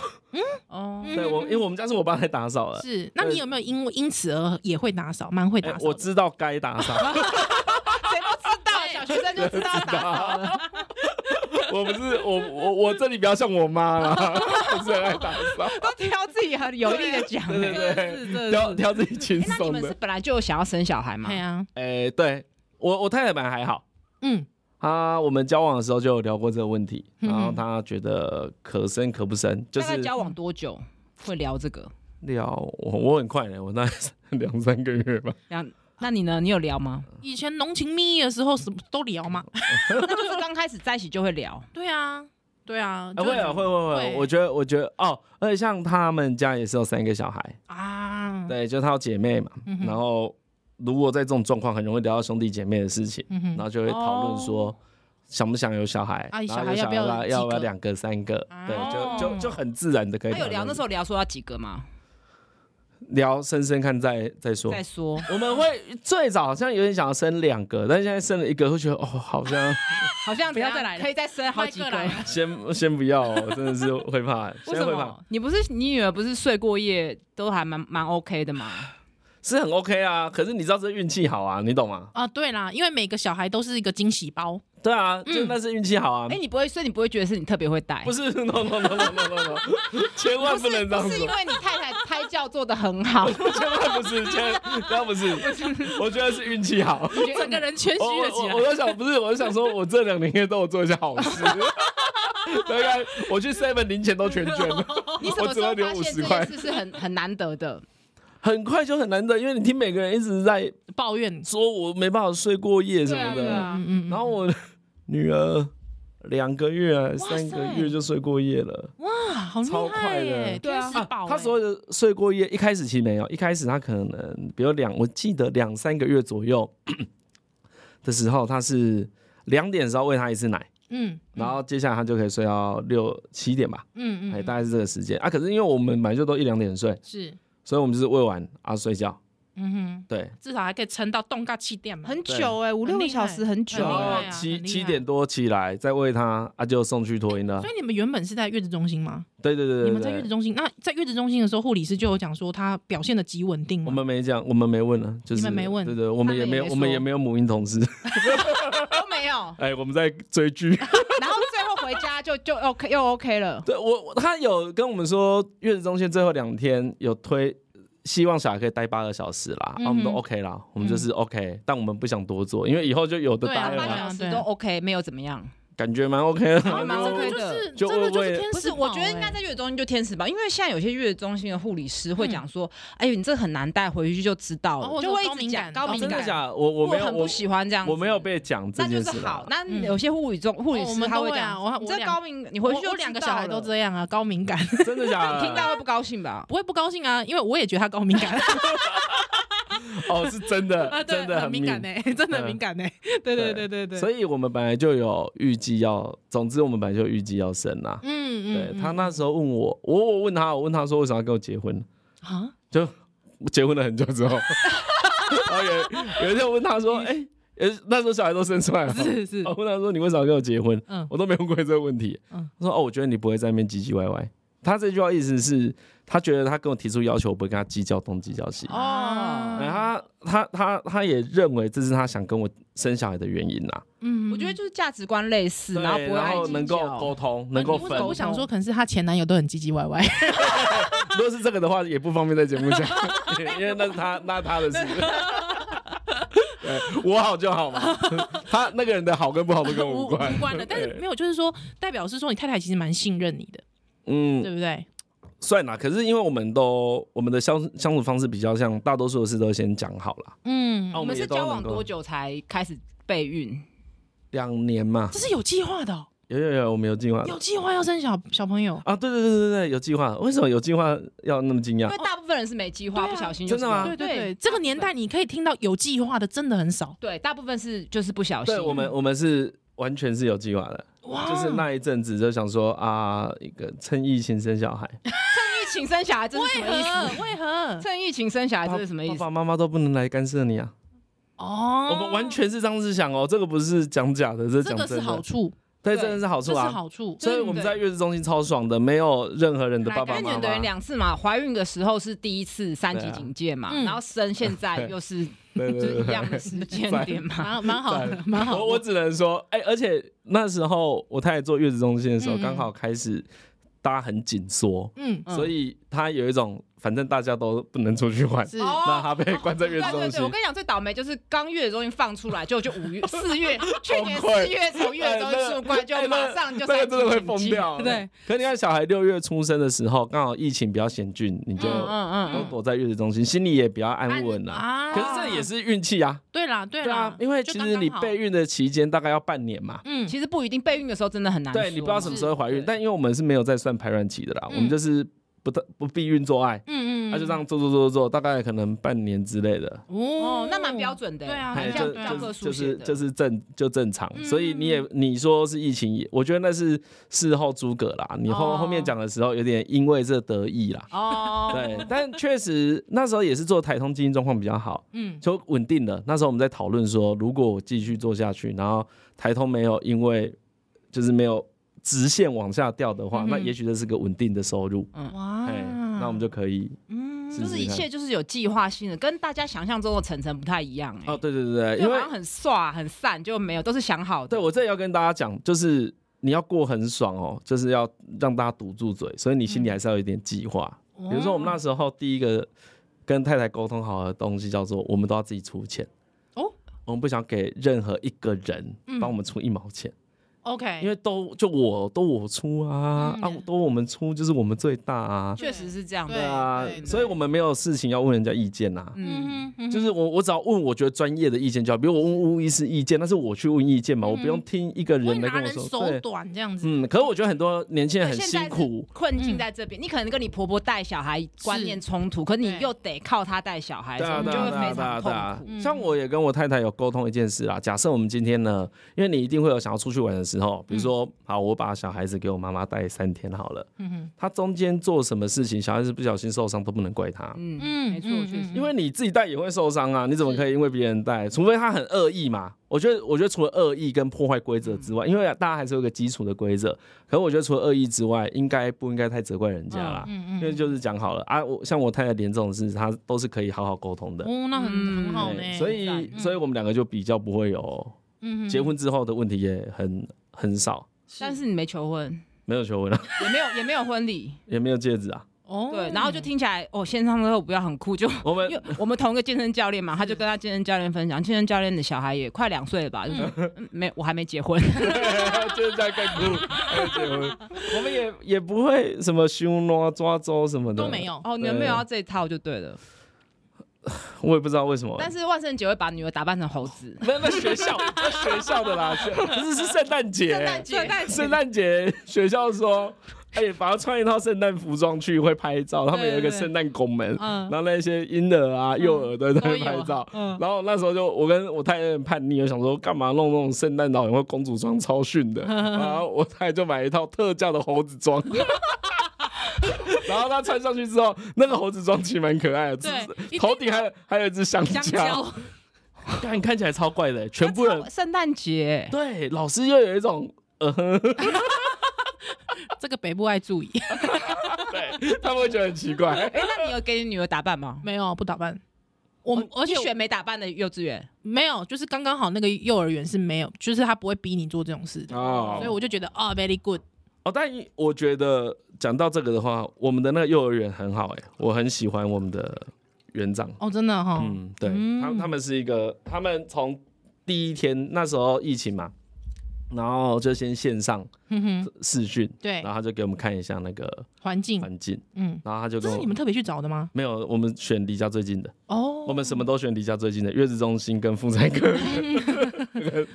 Speaker 2: 哦，
Speaker 3: 对我，因为我们家是我爸在打扫了，
Speaker 1: 是，那你有没有因为因此而也会打扫，蛮会
Speaker 3: 哎
Speaker 1: 打扫
Speaker 3: 我
Speaker 1: 的？
Speaker 3: 知道该 打 扫，
Speaker 2: 谁都知道，小学生就知道打扫了。
Speaker 3: 我不是我我我这里比较像我妈啦，不是很爱打扫，
Speaker 2: 都挑自己很有力的讲。
Speaker 3: 对对对
Speaker 2: 真的 是真的
Speaker 3: 挑
Speaker 2: 是
Speaker 3: 挑自己轻
Speaker 2: 诶那你
Speaker 3: 松
Speaker 2: 们是
Speaker 3: 的。
Speaker 2: 本来就有想要生小孩吗
Speaker 1: 对？啊，
Speaker 3: 哎、对我我太太本来还好，
Speaker 1: 嗯
Speaker 3: 她我们交往的时候就有聊过这个问题，
Speaker 1: 嗯
Speaker 3: 然后她觉得可生可不生，就
Speaker 2: 大概
Speaker 3: 是
Speaker 2: 交往多久会聊这个？
Speaker 3: 聊我我很快的，我那 两三个月吧，
Speaker 2: 聊？那你呢？你有聊 吗？
Speaker 1: 以前浓情蜜意的时候，什么都聊嘛。
Speaker 2: 那就是刚开始在一起就会聊。
Speaker 1: 对啊，对啊，
Speaker 3: 啊
Speaker 1: 就是
Speaker 3: 会啊会会
Speaker 1: 会
Speaker 3: 会，我觉得我觉得哦，而且像他们家也是有三个小孩，
Speaker 1: 啊，
Speaker 3: 对，就她有姐妹嘛，
Speaker 1: 嗯哼
Speaker 3: 然后如果在这种状况，很容易聊到兄弟姐妹的事情。
Speaker 1: 嗯
Speaker 3: 然
Speaker 1: 哼，
Speaker 3: 后就会讨论说想不想有小孩，
Speaker 1: 啊
Speaker 3: 然
Speaker 1: 小孩
Speaker 3: 后有
Speaker 1: 要不要
Speaker 3: 要
Speaker 1: 几
Speaker 3: 要不
Speaker 1: 个
Speaker 3: 要两个三个，
Speaker 1: 哦
Speaker 3: 对，就就就很自然的可以
Speaker 2: 他有
Speaker 3: 讨
Speaker 2: 聊
Speaker 3: 论
Speaker 2: 那时候聊说要几个吗？
Speaker 3: 聊生生看再再说
Speaker 2: 再。说。
Speaker 3: 我们会最早好像有点想要生两个，但现在生了一个会觉得哦，好像
Speaker 2: 好像
Speaker 1: 不要再来了
Speaker 2: 可以再生好几
Speaker 1: 麦
Speaker 2: 个
Speaker 1: 克。来
Speaker 3: 先先不要、哦，真的是会怕，
Speaker 2: 为
Speaker 3: 现在
Speaker 2: 什
Speaker 3: 会怕，
Speaker 2: 么？你不是你女儿不是睡过夜都还蛮蛮 OK 的吗？
Speaker 3: 是很 OK 啊。可是你知道这运气好啊，你懂吗？
Speaker 1: 啊，对啦，因为每个小孩都是一个惊喜包，
Speaker 3: 对啊，就
Speaker 1: 嗯
Speaker 3: 那是运气好啊，
Speaker 2: 哎，你不会，所以你不会觉得是你特别会带
Speaker 3: 不。是 no no no no no no，no，千万不能这样
Speaker 2: 不是
Speaker 3: 说
Speaker 2: 因。为你太 太胎教做的很好，
Speaker 3: 千万不是，千万千万不是，我觉得是运气好。
Speaker 1: 整个人谦虚
Speaker 3: 我
Speaker 1: 了起
Speaker 3: 我我
Speaker 1: 来。
Speaker 3: 在想，不是，我在想说，我这两年应该都有做一些好事。大概我去 Seven 零钱都全捐了，
Speaker 2: 你什么
Speaker 3: 我
Speaker 2: 时
Speaker 3: 只
Speaker 2: 候发
Speaker 3: 会留五
Speaker 2: 现
Speaker 3: 十
Speaker 2: 这
Speaker 3: 块
Speaker 2: 件，事是很很难得的？
Speaker 3: 很快就很难得，因为你听每个人一直在
Speaker 1: 抱怨
Speaker 3: 说我没办法睡过夜什么
Speaker 2: 对
Speaker 3: 的，
Speaker 2: 啊
Speaker 1: 嗯嗯嗯，
Speaker 3: 然后我的女儿两个月、啊、
Speaker 1: 塞
Speaker 3: 三个月就睡过夜了，
Speaker 1: 哇，好厉
Speaker 3: 超
Speaker 1: 害
Speaker 3: 快的
Speaker 1: 耶！
Speaker 2: 对
Speaker 1: 天
Speaker 2: 啊
Speaker 1: 使宝欸
Speaker 3: 啊
Speaker 1: 耶，
Speaker 3: 她所有的睡过夜，一开始其实没有，一开始她可能比如两，我记得两三个月左右的时候，她是两点的时候喂她一次奶，
Speaker 1: 嗯
Speaker 3: 然后接下来她就可以睡到六七点吧。
Speaker 1: 嗯嗯
Speaker 3: 哎，
Speaker 1: 嗯，
Speaker 3: 大概是这个时间啊。可是因为我们本来就都一两点睡，
Speaker 1: 是，
Speaker 3: 所以我们就是喂完啊睡觉。
Speaker 1: 嗯哼，
Speaker 3: 对，
Speaker 1: 至少还可以撑到冻到气垫嘛。
Speaker 2: 很久哎、五
Speaker 1: 很
Speaker 2: 六个
Speaker 1: 厉
Speaker 2: 小
Speaker 1: 害
Speaker 2: 时很
Speaker 1: 很
Speaker 2: 久
Speaker 3: 然
Speaker 1: 厉害
Speaker 2: 哎、
Speaker 1: 啊
Speaker 3: 后七
Speaker 1: 很厉害
Speaker 3: 七点多起来再喂他啊，就送去托婴了
Speaker 1: 所。以你们原本是在月子中心吗？
Speaker 3: 对对对
Speaker 1: 你
Speaker 3: 对
Speaker 1: 们在月子
Speaker 3: 对。
Speaker 1: 中心，那在月子中心的时候，护理师就有讲说他表现的极稳定吗
Speaker 3: 我们没讲，我们没问啊，就是
Speaker 1: 你们没问
Speaker 3: 对对，我们也没有，
Speaker 2: 他们也没
Speaker 3: 我们
Speaker 2: 说
Speaker 3: 也没有母婴同事。，
Speaker 2: 都没有
Speaker 3: 哎，我们在追剧。
Speaker 2: 然后最后回家就就 OK 又 OK 了。
Speaker 3: 对我，我他有跟我们说，月子中心最后两天有推，希望小孩可以待八个小时啦，
Speaker 1: 嗯哼嗯
Speaker 3: 啊，我们都 OK 啦，我们就是 OK，但我们不想多做，因为以后就有的
Speaker 1: 对啊
Speaker 3: 待了
Speaker 2: 八
Speaker 1: 对
Speaker 3: 嘛，
Speaker 1: 啊
Speaker 2: 小时都 OK，没有怎么样。
Speaker 3: 感觉蛮 OK 的。
Speaker 2: 啊蛮
Speaker 1: 这个
Speaker 2: OK
Speaker 1: 就
Speaker 2: 的
Speaker 1: 是
Speaker 3: 就
Speaker 1: 真的就
Speaker 3: 为
Speaker 1: 是
Speaker 3: 为
Speaker 1: 天
Speaker 2: 不
Speaker 1: 使
Speaker 2: 是，
Speaker 1: 宝
Speaker 2: 我觉得应
Speaker 1: 哎
Speaker 2: 该在月子中心就天使吧，因为现在有些月子中心的护理师会讲说：“哎呦，你这很难带回去就知道
Speaker 1: 哦或
Speaker 2: 了。”
Speaker 1: 者
Speaker 2: 就会一
Speaker 1: 高
Speaker 2: 直
Speaker 1: 敏
Speaker 2: 讲
Speaker 1: 感
Speaker 2: 高
Speaker 1: 哦
Speaker 2: 敏
Speaker 3: 真
Speaker 2: 感。
Speaker 3: 的假的？我我没有，
Speaker 2: 很
Speaker 3: 我
Speaker 2: 不喜欢这样子，
Speaker 3: 我没有被讲这
Speaker 2: 那就
Speaker 3: 件
Speaker 2: 是
Speaker 3: 事啦
Speaker 2: 好。那
Speaker 1: 嗯
Speaker 2: 有些护理中护理
Speaker 1: 哦我
Speaker 2: 师
Speaker 1: 们
Speaker 2: 他
Speaker 1: 都
Speaker 2: 会
Speaker 1: 会啊
Speaker 2: 讲，
Speaker 1: 我我
Speaker 2: 你这
Speaker 1: 两
Speaker 2: 高敏，你回去
Speaker 1: 我
Speaker 2: 就
Speaker 1: 我两个
Speaker 2: 知
Speaker 1: 小
Speaker 2: 道
Speaker 1: 孩都
Speaker 2: 了
Speaker 1: 这样啊，高敏 感，
Speaker 3: 真的假的？
Speaker 2: 听到会不高兴吧？
Speaker 1: 不会不高兴啊，因为我也觉得他高敏感
Speaker 3: 哦，是 真的，
Speaker 1: 啊，对
Speaker 3: 真，的嗯
Speaker 1: 很敏感呢， 真的很敏感呢，欸对对对对对，
Speaker 3: 所
Speaker 1: 以
Speaker 3: 以我们本来就有预计要，总之我们本来就预计要生啦。
Speaker 1: 嗯
Speaker 3: 对
Speaker 1: 嗯，
Speaker 3: 他
Speaker 1: 嗯
Speaker 3: 那时候问我，我我问他，我问他说为什么要跟我结婚？
Speaker 1: 啊，
Speaker 3: 就结婚了很久之 后，然后有有一天我问他说，哎、呃那时候小孩都生出来了，
Speaker 1: 是是
Speaker 3: 我问他说你为什么要跟我结婚？
Speaker 1: 嗯
Speaker 3: 我都没问过这个问题。
Speaker 1: 嗯
Speaker 3: 他说哦，我觉得你不会在那边唧唧歪歪。他这句话意思是，他觉得他跟我提出要求，我不会跟他计较东计较西。
Speaker 1: 哦
Speaker 3: 哎，他他他他也认为这是他想跟我生小孩的原因啦，
Speaker 1: 嗯，
Speaker 2: 我觉得就是价值观类似，然后
Speaker 3: 对
Speaker 2: 不会爱
Speaker 3: 然后
Speaker 2: 计
Speaker 3: 能够
Speaker 2: 较
Speaker 3: 沟通，能够
Speaker 1: 我
Speaker 3: 分。哦
Speaker 1: 我想说，可能是她前男友都很唧唧歪歪，
Speaker 3: 如果是这个的话，也不方便在节目讲， 因为那是他那他的事。 对我好就好嘛， 他那个人的好跟不好都跟我
Speaker 1: 无
Speaker 3: 无关。
Speaker 1: 无关 的，但是没有，就是说代表是说你太太其实蛮信任你的，
Speaker 3: 嗯，
Speaker 1: 对不对？
Speaker 3: 算啦。可是因为我们都我们的相相处方式比较像，大多数的事都先讲好啦。
Speaker 1: 嗯
Speaker 3: 啊，
Speaker 2: 你
Speaker 3: 我
Speaker 2: 们
Speaker 3: 也
Speaker 2: 是
Speaker 3: 都
Speaker 2: 交往
Speaker 3: 能够
Speaker 2: 多久才开始备孕？
Speaker 3: 两年嘛，
Speaker 1: 这是有计划的哦，
Speaker 3: 有有有，我们有计划的
Speaker 1: 有计划要生小小朋友，
Speaker 3: 啊！对对对对对，有计划。为什么有计划要那么惊
Speaker 2: 因
Speaker 3: 讶
Speaker 2: 为？大部分人是没计划，
Speaker 1: 对啊
Speaker 2: 不小心就
Speaker 3: 真的吗啊
Speaker 1: 对对对，
Speaker 2: 对
Speaker 1: 这个年代你可以听到有计划的真的很少
Speaker 2: 对，大部分是就是不小心。
Speaker 3: 对我们我们是完全是有计划的，
Speaker 1: 哇，
Speaker 3: 就是那一阵子就想说啊，一个趁疫情生小孩，
Speaker 2: 趁疫情生小孩，这是什
Speaker 1: 为
Speaker 2: 么意思？
Speaker 1: 何为何
Speaker 2: 趁疫情生小孩，这是什么意
Speaker 3: 爸
Speaker 2: 思？
Speaker 3: 爸妈妈都不能来干涉你啊！
Speaker 1: 哦，
Speaker 3: 我们完全是这样子想哦，这个不是讲假的，这是
Speaker 1: 这
Speaker 3: 讲
Speaker 1: 个
Speaker 3: 真
Speaker 1: 是好
Speaker 3: 的，
Speaker 1: 处，
Speaker 3: 对，
Speaker 2: 对
Speaker 3: 真的是好
Speaker 1: 这
Speaker 3: 处
Speaker 1: 是
Speaker 3: 啊。
Speaker 1: 好处，
Speaker 3: 所以我们在月子中心超爽的，没有任何人的爸爸
Speaker 1: 来
Speaker 2: 安
Speaker 3: 妈
Speaker 2: 全
Speaker 3: 妈
Speaker 2: 等于。两次嘛，怀孕的时候是第一次三级
Speaker 3: 对啊
Speaker 2: 警戒嘛，
Speaker 1: 嗯
Speaker 2: 然后生现在
Speaker 3: 对
Speaker 2: 又是
Speaker 3: 对
Speaker 2: 就
Speaker 3: 对
Speaker 2: 是
Speaker 3: 对
Speaker 2: 一
Speaker 3: 对
Speaker 2: 样的 时间点嘛。
Speaker 1: 蛮蛮好的，哦蛮好的。
Speaker 3: 我我只能说，哎、而且那时候我太太做月子中心的时候，
Speaker 1: 嗯嗯
Speaker 3: 刚、好开始大家很紧缩，
Speaker 1: 嗯，
Speaker 2: 嗯
Speaker 3: 所以她有一种反正大家都不能出去玩，
Speaker 1: 是
Speaker 2: 哦
Speaker 3: 那她被关在月
Speaker 2: 对
Speaker 3: 子
Speaker 2: 哦
Speaker 3: 中
Speaker 2: 对
Speaker 3: 心
Speaker 2: 对，我，跟你讲，最倒霉就是刚月子中心放出来，就就 五月、四月，去年
Speaker 3: 崩溃
Speaker 2: 四月从月子中心出关，就
Speaker 3: 哎那
Speaker 2: 马上 就
Speaker 3: 那个
Speaker 2: 三级
Speaker 3: 真的会
Speaker 2: 警
Speaker 3: 疯
Speaker 2: 戒。
Speaker 3: 掉。
Speaker 1: 对，
Speaker 3: 可你看小孩六月出生的时候，刚好疫情比较险峻，你就
Speaker 2: 嗯嗯
Speaker 3: 都
Speaker 2: 嗯，
Speaker 3: 躲在月子中心，心里也比较安稳啦、
Speaker 1: 啊
Speaker 3: 可是这也是运气啊，
Speaker 1: 对啦，对
Speaker 3: 对啊
Speaker 1: 啦，，
Speaker 3: 因为
Speaker 1: 就
Speaker 3: 其
Speaker 1: 刚
Speaker 3: 实
Speaker 1: 刚
Speaker 3: 你
Speaker 1: 好
Speaker 3: 备，孕的期间大概要半年嘛，
Speaker 1: 嗯，
Speaker 2: 其实不一定，备孕的时候真的很难说嘛。
Speaker 3: 对你不知道什么时候会怀孕
Speaker 2: 是，
Speaker 3: 但因为我们是没有在算排卵期的啦，
Speaker 1: 嗯
Speaker 3: 我们就是不得不避孕做爱，啊
Speaker 1: 嗯嗯，
Speaker 3: 他、就这样做做做做做，大概可能半年之类的，
Speaker 1: 哦
Speaker 2: 哦，那蛮标，准的。
Speaker 1: 对啊
Speaker 3: 哎
Speaker 2: 蛮
Speaker 1: 很
Speaker 2: 像
Speaker 3: 就
Speaker 1: 对啊
Speaker 2: 教
Speaker 3: 就
Speaker 2: 科
Speaker 3: 是
Speaker 2: 书
Speaker 3: 就是
Speaker 2: 写
Speaker 3: 就
Speaker 2: 的。
Speaker 3: 是正就正常，
Speaker 1: 嗯
Speaker 3: 所以你也你说是疫情也，我觉得那是事后诸葛啦，你后、
Speaker 2: 哦
Speaker 3: 后面讲的时候有点因为这得意啦。
Speaker 2: 哦，
Speaker 3: 对，但确实那时候也是做台通基因状况比较好，
Speaker 1: 嗯
Speaker 3: 就稳定了。那时候我们在讨论说，如果我继续做下去，然后台通没有因为就是没有直线往下掉的话，
Speaker 1: 嗯哼
Speaker 3: 那也许这是个稳定的收入。
Speaker 1: 哇
Speaker 3: 哎，，那我们就可以
Speaker 1: 嗯
Speaker 3: 试试
Speaker 2: 啊就
Speaker 3: 看
Speaker 2: 是一切就是有计划性的，跟大家想象中的晨晨不太一样哎、
Speaker 3: 哦，对对对对，
Speaker 2: 就
Speaker 3: 因
Speaker 2: 好
Speaker 3: 为
Speaker 2: 像很飒很散，就没有都是想好的。
Speaker 3: 对我这里要跟大家讲，就是你要过很爽哦，就是要让大家堵住嘴，所以你
Speaker 1: 嗯
Speaker 3: 心里还是要有一点计划。比如说我
Speaker 1: 哦
Speaker 3: 们那时候第一个跟太太沟通好的东西叫做，我们都要自己出钱
Speaker 1: 哦。
Speaker 3: 我们不想给任何一个人
Speaker 1: 嗯
Speaker 3: 帮我们出一毛钱，
Speaker 1: OK，
Speaker 3: 因为都就我都我出啊、
Speaker 1: 嗯
Speaker 3: 啊，都我们出就是我们最大啊，
Speaker 2: 确实是这样
Speaker 1: 对
Speaker 2: 的，欸
Speaker 3: 啊
Speaker 1: 对，对
Speaker 3: 所以我们没有事情要问人家意见啊呐、
Speaker 2: 嗯，
Speaker 1: 嗯哼，
Speaker 3: 就
Speaker 1: 嗯
Speaker 3: 是我，我只要问我觉得专业的意见就好，比如我问问巫医师意见，那是我去问意见嘛，
Speaker 1: 嗯
Speaker 3: 我不用听一个
Speaker 1: 哼会
Speaker 3: 人来
Speaker 1: 拿
Speaker 3: 跟我
Speaker 1: 人
Speaker 3: 说。
Speaker 1: 手
Speaker 3: 对，
Speaker 1: 短这样子，
Speaker 3: 嗯，可是我觉得很多年轻人很
Speaker 2: 对现在
Speaker 3: 辛
Speaker 2: 是
Speaker 3: 苦，
Speaker 2: 困境在这边，你可能跟你婆婆带小孩观念冲突，可你又得靠她带小孩，
Speaker 3: 对
Speaker 2: 所以
Speaker 3: 啊，
Speaker 2: 你
Speaker 3: 对
Speaker 2: 就
Speaker 3: 啊，
Speaker 2: 会
Speaker 3: 对啊，
Speaker 2: 非
Speaker 3: 对啊，
Speaker 2: 常
Speaker 3: 对啊
Speaker 2: 痛。
Speaker 1: 苦嗯
Speaker 3: 像我也跟我太太有沟通一件事啦，假设我们今天呢，因为你一定会有想要出去玩的时候，
Speaker 1: 嗯
Speaker 3: 比如说，好，我把小孩子给我妈妈带三天好了，
Speaker 1: 嗯哼，
Speaker 3: 他中间做什么事情，小孩子不小心受伤都不能怪他
Speaker 2: 苦。。嗯
Speaker 1: 嗯
Speaker 2: 嗯，没错
Speaker 1: 嗯，
Speaker 2: 确实
Speaker 1: 嗯。
Speaker 3: 因为你自己带也会受伤啊，你怎么可以因为别人带？除非他很恶意嘛。我觉得，我觉得除了恶意跟破坏规则之
Speaker 2: 嗯
Speaker 3: 外，因为大家还是有一个基础的规则。可我觉得除了恶意之外，应该不应该太责怪人家啦？
Speaker 1: 嗯嗯，
Speaker 3: 因为就是讲好了啊，我像我太太连这种事，她都是可以好好沟通的。
Speaker 1: 哦，那很
Speaker 2: 嗯
Speaker 1: 很好
Speaker 3: 对
Speaker 1: 呢，
Speaker 3: 所
Speaker 2: 赞嗯
Speaker 3: 以，所以我们两个就比较不会有
Speaker 1: 嗯
Speaker 3: 结，婚之后的问题，也很很少，
Speaker 2: 但是你没求婚，
Speaker 3: 没有求婚啊，
Speaker 2: 也没有也没有婚礼，
Speaker 3: 也没有戒指啊。
Speaker 1: 哦，
Speaker 2: 对，然后就听起来哦，线上的后不要很酷，就
Speaker 3: 我们
Speaker 2: 因 为我们同一个健身教
Speaker 3: 嗯
Speaker 2: 练嘛，他就跟他健身教练分享，健身教练的小孩也快两岁了吧，就说、嗯没我还没结 婚，
Speaker 3: 就是在干哭，还有结婚，我们也也不会什么凶啊、抓周什么的，
Speaker 1: 都没。有，
Speaker 2: 哦，你们没有要这一套就对了。
Speaker 3: 我也不知道为什么、
Speaker 2: 但是万圣节会把女儿打扮成猴子，
Speaker 3: 没有那学校，那学校的 啦，学不是是圣诞节，圣诞
Speaker 2: 圣诞
Speaker 3: 圣诞节学校说，哎、把他穿一套圣诞服装去会拍照，他们有一个圣诞拱门，
Speaker 2: 嗯
Speaker 3: 然后那些婴儿啊、幼儿的在
Speaker 1: 都嗯
Speaker 3: 那
Speaker 1: 哦有
Speaker 3: 拍照，
Speaker 2: 嗯
Speaker 3: 然后那时候就我跟我太太有点叛逆，我想说干嘛弄那种圣诞老人或公主装超 逊的，然后我太太就买一套特价的猴子装。然后她穿上去之后，那个猴子装其实蛮可爱的，只
Speaker 1: 对
Speaker 3: 是
Speaker 1: 一定
Speaker 3: 哦头顶还有还有一只香
Speaker 1: 香
Speaker 3: 蕉，
Speaker 1: 蕉，
Speaker 3: 看看起来超怪的、全部人
Speaker 2: 那超圣诞 节
Speaker 3: 对老师又有一种。呃呵，
Speaker 1: 这个北部爱注意，
Speaker 3: 对，他们会觉得很奇 怪。
Speaker 2: 哎、那你有给你女儿打扮吗？
Speaker 1: 没有不打扮。我们哦而且
Speaker 2: 你选没打扮的幼稚园，
Speaker 1: 没有，就是刚刚好那个幼儿园是没有，就是他不会逼你做这种事的，
Speaker 3: 哦
Speaker 1: 所以我就觉得哦，very good，
Speaker 3: 哦，但我觉得讲到这个的话，我们的那个幼儿园很好哎、我很喜欢我们的园长。
Speaker 1: 哦，真的哈，
Speaker 3: 嗯，对，
Speaker 1: 嗯
Speaker 3: 他他们是一个，他们从第一天那时候疫情嘛，然后就先线上
Speaker 1: 哼哼，
Speaker 3: 视讯，
Speaker 1: 对
Speaker 3: 然，后他就给我们看一下那个
Speaker 1: 环境，
Speaker 3: 环境，
Speaker 1: 嗯，
Speaker 3: 然后他就
Speaker 1: 这
Speaker 3: 跟
Speaker 1: 是
Speaker 3: 我
Speaker 1: 你们特别去找的吗？
Speaker 3: 没有，我们选离家最近的，
Speaker 1: 哦，
Speaker 3: 我们什么都选离家最近的，月子中心跟妇产科，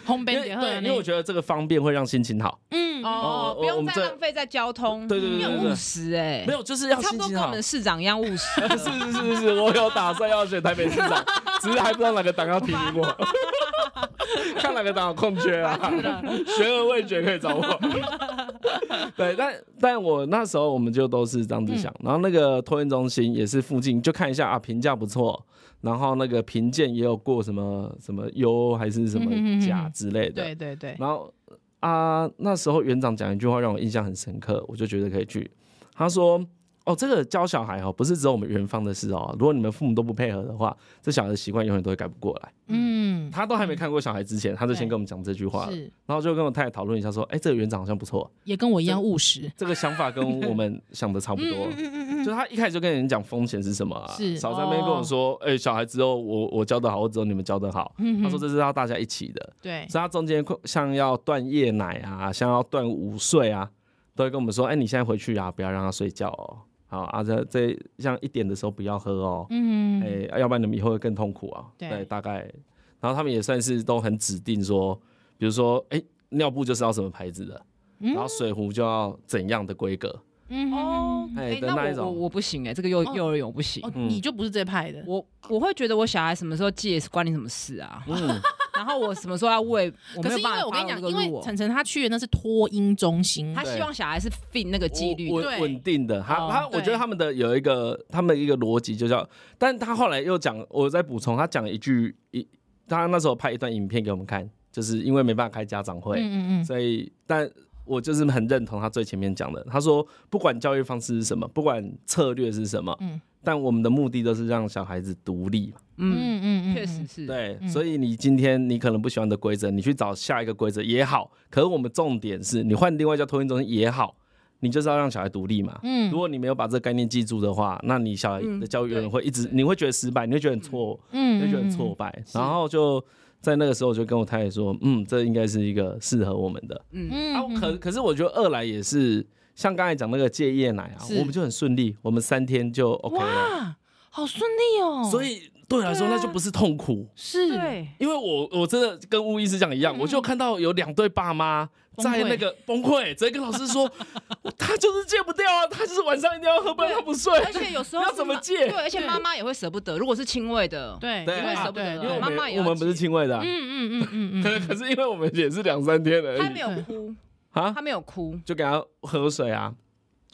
Speaker 1: 烘
Speaker 3: 因
Speaker 1: 焙
Speaker 3: 为
Speaker 1: 结
Speaker 3: 对，
Speaker 1: 合
Speaker 3: 因为我觉得这个方便会让心情好。
Speaker 1: 嗯嗯
Speaker 2: 哦
Speaker 3: 哦，
Speaker 2: 不
Speaker 3: 我
Speaker 2: 用
Speaker 3: 们
Speaker 2: 再
Speaker 3: 这
Speaker 2: 浪费在交通，
Speaker 3: 对对对
Speaker 2: 你
Speaker 3: 对
Speaker 2: 很
Speaker 3: 对
Speaker 2: 务实哎，
Speaker 3: 没有，就是要
Speaker 2: 差不
Speaker 3: 心
Speaker 2: 多
Speaker 3: 情
Speaker 2: 跟我
Speaker 3: 好。
Speaker 2: 们。的市长一样务实
Speaker 3: 是是是是，我有打算要选台北市长，只是还不知道哪个党要提名我，看哪个党有空缺啊，悬而未决可以找我。 对，但但我那时候我们就都是这样子想，然后那个托运中心也是附近，就看一下啊，评价不错，然后那个评鉴也有过什么什么优还是什么甲之类的，
Speaker 1: 对对对，
Speaker 3: 然后啊，那时候园长讲一句话让我印象很深刻，我就觉得可以去。他说：“哦，这个教小孩哦，不是只有我们园方的事哦。如果你们父母都不配合的话，这小孩的习惯永远都会改不过来。
Speaker 1: 嗯，
Speaker 3: 他都还没看过小孩之前，他就先
Speaker 1: 对
Speaker 3: 跟我们讲这句话了。
Speaker 1: 是
Speaker 3: 然后就跟我太太讨论一下，说：‘哎，这个园长好像不错，
Speaker 1: 也跟我一样务实，
Speaker 3: 这个想法跟我们想的差 不
Speaker 1: 嗯
Speaker 3: 多。’就他一开始就跟人讲风险是什么、啊，
Speaker 1: 是哦
Speaker 3: 少在那边跟我说：‘哎、小孩只有我我教的好，我只有你们教的好。’
Speaker 1: 嗯
Speaker 3: 他说这是要大家一起的。”
Speaker 1: 对，
Speaker 3: 所以他中间像要断夜奶啊，像要断午睡啊，都会跟我们说：“哎、你现在回去啊，不要让他睡觉哦。好啊，这这像一点的时候不要喝哦，
Speaker 1: 嗯，
Speaker 3: 哎、要不然你们以后会更痛苦啊。”
Speaker 1: 对
Speaker 3: 大概。然后他们也算是都很指定说，比如说，哎、尿布就是要什么牌子的，
Speaker 1: 嗯
Speaker 3: 然后水壶就要怎样的规格，
Speaker 1: 嗯
Speaker 2: 哦
Speaker 1: 哦，
Speaker 3: 哎、
Speaker 2: 哎，
Speaker 3: 的那一
Speaker 2: 那我我
Speaker 3: 种。
Speaker 2: 我不行哎，这个幼
Speaker 1: 哦
Speaker 2: 幼儿园我不行。
Speaker 1: 哦，
Speaker 3: 嗯
Speaker 1: 你就不是这派的，
Speaker 2: 我我会觉得我小孩什么时候戒是关你什么事啊？
Speaker 3: 嗯，
Speaker 2: 然后我什么时候要喂，我
Speaker 1: 可
Speaker 2: 没
Speaker 1: 是
Speaker 2: 有
Speaker 1: 因
Speaker 2: 办
Speaker 1: 为
Speaker 2: 法
Speaker 1: 我跟你
Speaker 2: follow
Speaker 1: 讲，
Speaker 2: 这个
Speaker 1: 因
Speaker 2: 路
Speaker 1: 为
Speaker 2: 哦
Speaker 1: 晨晨他去的那是托婴中心，
Speaker 2: 他希望小孩是 fit 那个纪律
Speaker 3: 我
Speaker 2: 的，
Speaker 1: 对
Speaker 3: 稳稳定的，他
Speaker 2: 哦
Speaker 3: 他，我
Speaker 1: 对
Speaker 3: 觉得他们的有一个他们的一个逻辑就叫，但他后来又讲，我再补充，他讲了一句一，他那时候拍一段影片给我们看，就是因为没办法开家长会，
Speaker 1: 嗯嗯嗯，
Speaker 3: 所以但我就是很认同他最前面讲的，他说不管教育方式是什么，不管策略是什么，
Speaker 1: 嗯
Speaker 3: 但我们的目的都是让小孩子独立嘛，
Speaker 2: 嗯，
Speaker 1: 嗯
Speaker 2: 确实，是。
Speaker 3: 对，
Speaker 1: 嗯
Speaker 3: 所以你今天你可能不喜欢的规则，你去找下一个规则也好，可是我们重点是你换另外一家托运中心也好，你就是要让小孩独立嘛，
Speaker 1: 嗯
Speaker 3: 如果你没有把这个概念记住的话，那你小孩
Speaker 2: 嗯
Speaker 3: 的教育永
Speaker 2: 对
Speaker 3: 远会一直，你会觉得失败，你会觉得很错，你
Speaker 1: 嗯
Speaker 3: 会觉得很挫，败。然后就在那个时候，我就跟我太太说，嗯，这应该是一个适合我们的。
Speaker 2: 嗯，
Speaker 1: 嗯
Speaker 3: 啊，可可是我觉得二来也是像刚才讲那个戒夜奶啊，
Speaker 1: 是
Speaker 3: 我们就很顺利，我们三天就 OK 了。
Speaker 1: 哇，好顺利哦，
Speaker 3: 所以对我来说，那就不是痛苦。
Speaker 1: 是，
Speaker 2: 对，
Speaker 3: 因为我我真的跟巫医师讲一样，
Speaker 1: 嗯
Speaker 3: 我就看到有两对爸妈在那个崩溃，直接跟老师说， 他就是戒不掉啊，他就是晚上一定要喝，不然他不睡。
Speaker 2: 而且有 时候
Speaker 3: 要
Speaker 2: 是
Speaker 3: 怎么
Speaker 2: 妈
Speaker 3: 戒
Speaker 2: 对，而且妈妈也会舍不得，如果是亲喂的，
Speaker 1: 对，
Speaker 3: 对啊
Speaker 1: 因为舍不
Speaker 2: 对
Speaker 1: 得，
Speaker 2: 对
Speaker 3: 因为我
Speaker 2: 妈
Speaker 3: 们
Speaker 2: 妈也
Speaker 3: 我
Speaker 2: 要
Speaker 3: 们不是
Speaker 2: 戒
Speaker 3: 亲喂的啊、
Speaker 1: 嗯嗯嗯嗯
Speaker 3: 可可是因为我们也是两三天而
Speaker 2: 她没
Speaker 3: 已
Speaker 2: 有哭，
Speaker 3: 啊
Speaker 2: 她，没有哭，
Speaker 3: 就给他喝水啊，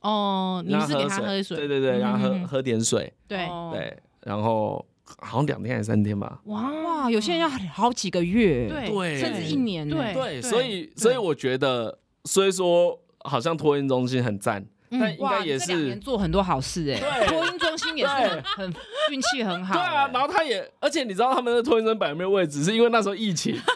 Speaker 1: 哦，你是给他
Speaker 3: 喝
Speaker 1: 喝
Speaker 3: 对
Speaker 1: 水，
Speaker 3: 对对，然后
Speaker 1: 嗯嗯
Speaker 3: 喝
Speaker 1: 嗯
Speaker 3: 喝点水，
Speaker 1: 对，
Speaker 2: 哦，
Speaker 3: 对，然后好像两天还是三天吧，
Speaker 1: 哇，
Speaker 2: 哇，有些人要好几个月，
Speaker 1: 对
Speaker 3: 对
Speaker 2: 嗯甚至一年呢，
Speaker 1: 对
Speaker 3: 对，所以所以我觉得，虽说好像托运中心很赞，
Speaker 1: 嗯
Speaker 3: 但应
Speaker 2: 哇，
Speaker 3: 该
Speaker 2: 你
Speaker 3: 也
Speaker 2: 这两年
Speaker 3: 是。
Speaker 2: 做很多好事哎，
Speaker 3: 对
Speaker 2: 托婴中心也是
Speaker 3: 对
Speaker 2: 很很运气很好
Speaker 3: 对
Speaker 2: 哎，
Speaker 3: 啊，然后他也，而且你知道他们的托运中心本来没有位置，是因为那时候疫情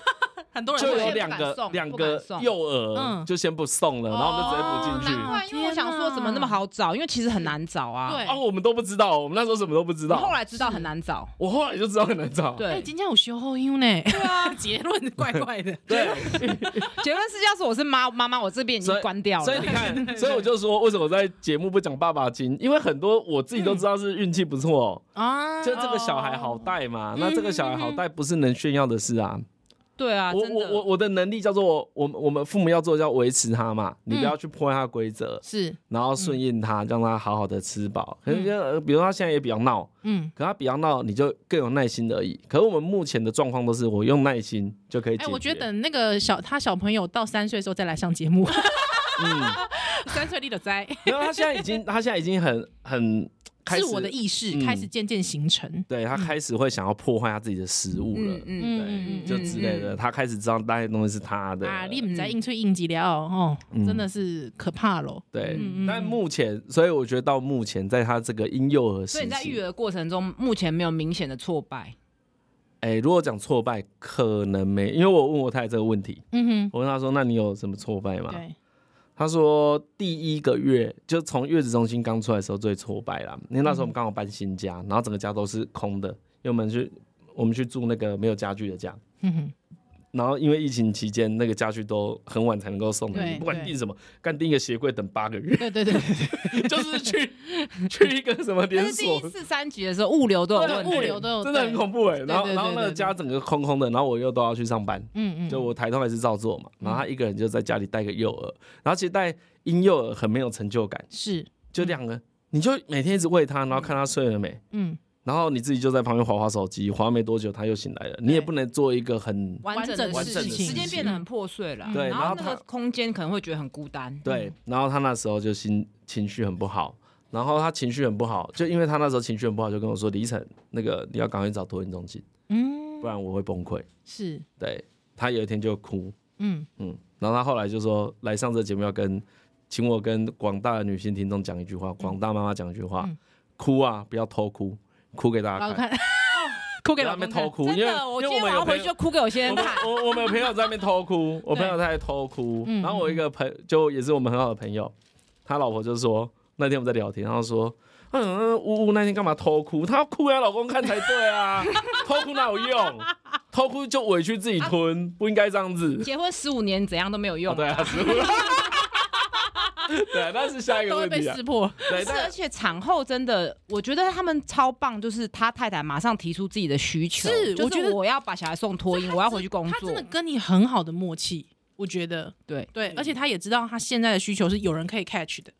Speaker 1: 很多人
Speaker 3: 就
Speaker 2: 有
Speaker 3: 有
Speaker 2: 些
Speaker 1: 会
Speaker 2: 不
Speaker 3: 两
Speaker 2: 敢
Speaker 3: 个
Speaker 2: 送
Speaker 3: 两
Speaker 2: 不敢
Speaker 3: 个
Speaker 2: 送
Speaker 3: 幼儿
Speaker 1: 嗯哦
Speaker 3: 就先不送了，然后我们就直接补进
Speaker 2: 哎哦难
Speaker 3: 去。
Speaker 2: 怪，因为我想说怎么那么好找，因为其实很难找啊。
Speaker 1: 对，
Speaker 3: 哦，我们都不知道，我们那时候什么都不知
Speaker 2: 我后
Speaker 3: 道。
Speaker 2: 来知道很难找。
Speaker 3: 我后来就知道很难找。
Speaker 1: 哎，
Speaker 2: 对，
Speaker 1: 今天有学后音呢，对 啊，结论怪怪的，
Speaker 3: 对，
Speaker 2: 结论是，要是我是妈妈妈，我这边已
Speaker 3: 所
Speaker 2: 经
Speaker 3: 以
Speaker 2: 关掉
Speaker 3: 所以你
Speaker 2: 了。
Speaker 3: 看，所以我就说，为什么我在节目不讲爸爸经？因为很多我自己都知道是运气不错，
Speaker 1: 啊，
Speaker 3: 就这个小孩好带嘛。
Speaker 1: 嗯
Speaker 3: 那这个小孩好带不是能炫耀的事啊。
Speaker 2: 对啊，
Speaker 3: 我
Speaker 2: 真
Speaker 3: 我我
Speaker 2: 的，
Speaker 3: 我的能力叫做我们我们父母要做的叫维持他嘛，你不要去破坏他规则，
Speaker 1: 是，
Speaker 3: 然后顺应他，让他好好的吃饱。可是呃比如他现在也比较闹，
Speaker 1: 嗯，
Speaker 3: 可他比较闹，你就更有耐心而已。可是我们目前的状况都是我用耐心就可以解
Speaker 1: 哎，
Speaker 3: 决。
Speaker 1: 我觉得等那个小他小朋友到三岁的时候再来上节 目，
Speaker 3: 嗯。
Speaker 1: 三岁立的灾，
Speaker 3: 没有，他现在已经，他现在已经很很开
Speaker 1: 自
Speaker 3: 始
Speaker 1: 我的意识
Speaker 3: 嗯
Speaker 1: 开始渐渐形成，
Speaker 3: 对他开始会想要破坏他自己的食物了，
Speaker 2: 嗯
Speaker 1: 嗯嗯嗯
Speaker 3: 对，就之类的，他开始知道那些东西是他的，
Speaker 1: 啊，你唔知应出应急了哦，
Speaker 3: 嗯
Speaker 1: 真的是可怕咯。
Speaker 3: 对
Speaker 1: 嗯嗯。
Speaker 3: 但目前，所以我觉得到目前，在他这个婴幼儿时
Speaker 2: 所以你在育
Speaker 3: 期，
Speaker 2: 儿过程中，目前没有明显的挫败。
Speaker 3: 哎，如果讲挫败，可能没，因为我问我太太这个问题，
Speaker 1: 嗯
Speaker 3: 我问他说：“那你有什么挫败
Speaker 1: 哼，
Speaker 3: 吗
Speaker 1: 对，？”
Speaker 3: 他说：“第一个月就从月子中心刚出来的时候最挫败啦，因为那时候我
Speaker 1: 嗯
Speaker 3: 们刚好搬新家，然后整个家都是空的，因为我们去我们去住那个没有家具的家，
Speaker 1: 嗯哼，
Speaker 3: 然后因为疫情期间，那个家具都很晚才能够送的，
Speaker 1: 对
Speaker 3: 不管
Speaker 1: 对
Speaker 3: 订什么，干订一个鞋柜等八个月，
Speaker 1: 对对对，
Speaker 3: 就是去去一个什么
Speaker 2: 但
Speaker 3: 连
Speaker 2: 是第
Speaker 3: 锁
Speaker 2: 一，次三级的时候，物流都有
Speaker 1: 对
Speaker 2: 问题，
Speaker 1: 物流都有
Speaker 3: 真的很
Speaker 1: 对
Speaker 3: 恐怖哎、
Speaker 1: 对
Speaker 3: 然后
Speaker 1: 对
Speaker 3: 然后
Speaker 1: 对
Speaker 3: 那
Speaker 1: 对
Speaker 3: 个
Speaker 1: 对
Speaker 3: 家整个空空的，然后我又都要去上班，
Speaker 1: 嗯嗯，嗯
Speaker 3: 就我台通还是照做嘛。然后他一个人就在家里带个幼儿，然后其实带婴幼儿很没有成就感，
Speaker 1: 是，
Speaker 3: 就两个，你就每天一直喂他，然后看他睡了没。
Speaker 1: 嗯，
Speaker 3: 然后你自己就在旁边划划手机，划没多久他又醒来了。你也不能做一个很
Speaker 2: 完整的
Speaker 1: 完
Speaker 2: 事
Speaker 3: 整的
Speaker 2: 情，嗯
Speaker 3: 事
Speaker 2: 时间
Speaker 3: 情
Speaker 2: 变得很破碎了。
Speaker 3: 对
Speaker 2: 然
Speaker 3: 然后
Speaker 2: 后那个
Speaker 3: 他
Speaker 2: 空间可能会觉得很孤单。嗯
Speaker 3: 对，然后他那时候就心情绪很不好，然后他情绪很不好，就因为他那时候情绪很不好，就跟我说：“李晨，那个你要赶快找托运中心，
Speaker 1: 嗯，
Speaker 3: 不然我会崩溃。
Speaker 1: 是，
Speaker 3: 对”他有一天就哭，
Speaker 1: 嗯，
Speaker 3: 嗯，然后他后来就说来上这节目要跟，请我跟广大的女性听众讲一句话，广大妈妈讲一句话，
Speaker 1: 嗯
Speaker 3: 哭啊，不要偷哭，哭给大
Speaker 1: 老
Speaker 3: 家
Speaker 1: 公
Speaker 3: 看，
Speaker 1: 看， 哭
Speaker 3: 不
Speaker 1: 给
Speaker 3: 要在
Speaker 1: 老
Speaker 3: 那
Speaker 1: 公
Speaker 3: 边偷
Speaker 1: 看，
Speaker 3: 哭，
Speaker 2: 真
Speaker 3: 因为
Speaker 2: 的，我今
Speaker 3: 因为
Speaker 2: 天
Speaker 3: 我们
Speaker 2: 晚
Speaker 3: 有
Speaker 2: 上
Speaker 3: 朋
Speaker 2: 回
Speaker 3: 友
Speaker 2: 去就哭给我先
Speaker 3: 我
Speaker 2: 生
Speaker 3: 们
Speaker 2: 看。
Speaker 3: 我我们有朋友在那边偷哭，我朋友在偷哭，
Speaker 1: 嗯
Speaker 3: 然后我一个朋就也是我们很好的朋友，他老婆就说那天我们在聊天，然后说。嗯，呜呜，那天干嘛偷哭？她要哭给她老公看才对啊！偷哭哪有用？偷哭就委屈自
Speaker 1: 啊
Speaker 3: 己吞，不应该这样子。
Speaker 2: 结婚十五年怎样都没有用
Speaker 3: 哦、，对啊，十五。 对啊，那是下一个
Speaker 1: 都会
Speaker 3: 问
Speaker 1: 被
Speaker 3: 题啊。
Speaker 1: 识破，
Speaker 3: 对，
Speaker 2: 是，而
Speaker 3: 但
Speaker 2: 且产后真的，我觉得他们超棒，就是他太太马上提出自己的需求，
Speaker 1: 是
Speaker 2: 就
Speaker 1: 我觉
Speaker 2: 是
Speaker 1: 得
Speaker 2: 我要把小孩送托婴，我要回去工
Speaker 1: 他
Speaker 2: 作
Speaker 1: 真的，跟你很好的默契，我觉得，
Speaker 2: 对
Speaker 3: 嗯
Speaker 1: 对，而且他也知道他现在的需求是有人可以 catch 的，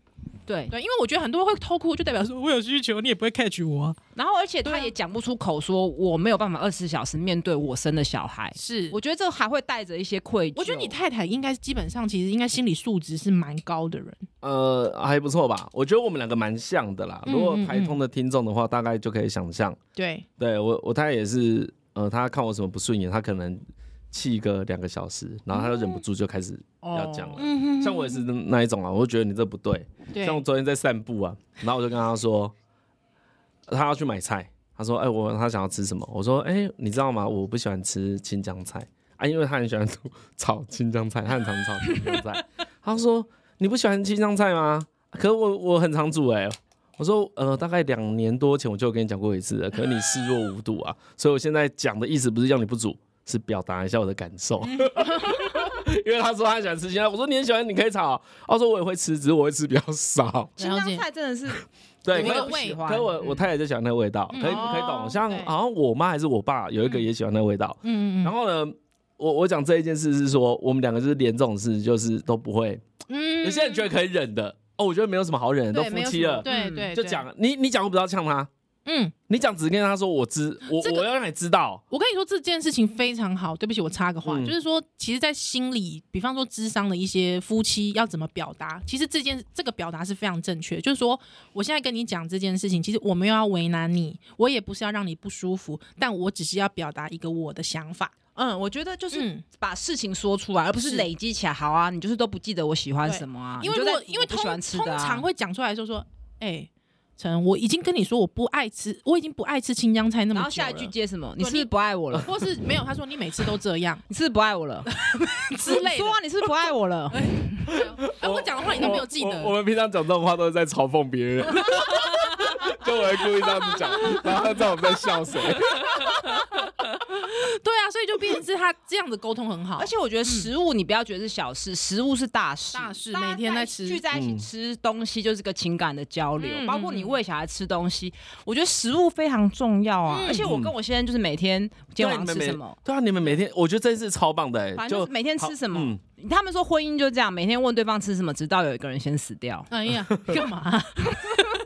Speaker 2: 对。
Speaker 1: 对，因为我觉得很多人会偷哭，就代表说我有需求，你也不会 catch 我啊，
Speaker 2: 然后，而且他也讲不出口，说我没有办法二十小时面对我生的小孩。
Speaker 1: 是，
Speaker 2: 我觉得这还会带着一些愧疚。
Speaker 1: 我觉得你太太应该基本上其实应该心理素质是蛮高的人，
Speaker 3: 呃还不错吧？我觉得我们两个蛮像的啦。如果
Speaker 1: 嗯嗯嗯
Speaker 3: 台通的听众的话，大概就可以想象，
Speaker 1: 对，
Speaker 3: 对我我太太也是，呃，她看我什么不顺眼，她可能气个两个小时，然后她就忍不住就开始要讲了。
Speaker 1: 嗯哼
Speaker 3: 像我也是那一种啊，我就觉得你这不对。
Speaker 1: 对，嗯
Speaker 3: 像我昨天在散步啊，然后我就跟她说，她要去买菜，她说，哎、我她想要吃什么？我说，哎、你知道吗？我不喜欢吃青江菜啊，因为她很喜欢炒青江菜，她很常炒青江菜。她说，你不喜欢青江菜吗？可我我很常煮哎、我说，呃，大概两年多前我就有跟你讲过一次了，可是你视若无睹啊，所以我现在讲的意思不是要你不煮，是表达一下我的感受。 因为他说他喜欢吃青菜，我说你很喜欢，你可以炒。他哦说我也会吃，只是我会吃比较少。
Speaker 2: 青
Speaker 1: 了解
Speaker 2: 江菜真的是
Speaker 3: 对，
Speaker 1: 我
Speaker 3: 可
Speaker 1: 也
Speaker 3: 是
Speaker 2: 不喜欢嗯
Speaker 3: 可是我我太太就喜欢那个味道，
Speaker 1: 嗯
Speaker 3: 可以
Speaker 2: 哦
Speaker 3: 可以懂。像
Speaker 1: 对
Speaker 3: 好像我妈还是我爸有一个也喜欢那个味道。
Speaker 1: 嗯嗯
Speaker 3: 然后呢，我我讲这一件事是说，我们两个就是连这种事就是都不会。
Speaker 1: 嗯，
Speaker 3: 有些人觉得可以忍的，哦，我觉得没有什么好忍的，都
Speaker 1: 对
Speaker 3: 夫
Speaker 1: 没有
Speaker 3: 妻
Speaker 1: 什么
Speaker 3: 了，
Speaker 1: 对
Speaker 2: 嗯
Speaker 1: 对，
Speaker 3: 就
Speaker 1: 对，
Speaker 3: 讲你你讲我不知道呛他，
Speaker 1: 嗯。
Speaker 3: 你讲只跟他说我知我
Speaker 1: 这个
Speaker 3: 我要让你知道。
Speaker 1: 我跟你说这件事情非常好，对不起，我插个话，
Speaker 3: 嗯
Speaker 1: 就是说，其实，在心理，比方说智商的一些夫妻要怎么表达，其实这件这个表达是非常正确，就是说，我现在跟你讲这件事情，其实我没有要为难你，我也不是要让你不舒服，但我只是要表达一个我的想法，
Speaker 2: 嗯，我觉得就是
Speaker 1: 嗯，
Speaker 2: 把事情说出来，而不是
Speaker 1: 是
Speaker 2: 累积起来。好啊，你就是都不记得我喜欢什么啊，
Speaker 1: 因为
Speaker 2: 你
Speaker 1: 如
Speaker 2: 就在
Speaker 1: 果因为
Speaker 2: 我不
Speaker 1: 通
Speaker 2: 喜欢吃的、啊，
Speaker 1: 通常会讲出来就说，哎、陈，我已经跟你说我不爱吃，我已经不爱吃青江菜那么
Speaker 2: 然
Speaker 1: 久
Speaker 2: 后
Speaker 1: 了。
Speaker 2: 下一句接什么？
Speaker 1: 对
Speaker 2: 你是不是不爱 我了？
Speaker 1: 或是没有，他说你每次都这 样
Speaker 2: 你是不是不爱我了？
Speaker 1: 之类的
Speaker 2: 说。啊，你是不是不爱我了？
Speaker 1: 哎、我讲的话 你都没有记
Speaker 3: 我我我
Speaker 1: 得，
Speaker 3: 们平常讲这种话都是在嘲讽 别人，就我会故意这样子讲，然后他知道我们在笑谁。
Speaker 1: 对啊，所以就变成是他这样的沟通很好
Speaker 2: 而。且我觉得食物你不要觉得是小事，食物是大事。
Speaker 1: 大事
Speaker 2: 大家
Speaker 1: 每天在吃
Speaker 2: 聚在一起
Speaker 3: 嗯
Speaker 2: 吃东西就是个情感的交流，
Speaker 1: 嗯
Speaker 2: 包括你喂小孩吃东西，我觉得食物非常重要啊。
Speaker 1: 嗯
Speaker 2: 而且我跟我先生就是每天今天晚上吃什么，
Speaker 3: 对啊，你们每天，我觉得这次超棒的、欸，
Speaker 2: 反正就是每天
Speaker 3: 好
Speaker 2: 吃什么。
Speaker 3: 嗯
Speaker 2: 他们说婚姻就这样，每天问对方吃什么，直到有一个人先死掉。
Speaker 1: 哎呀， 干嘛？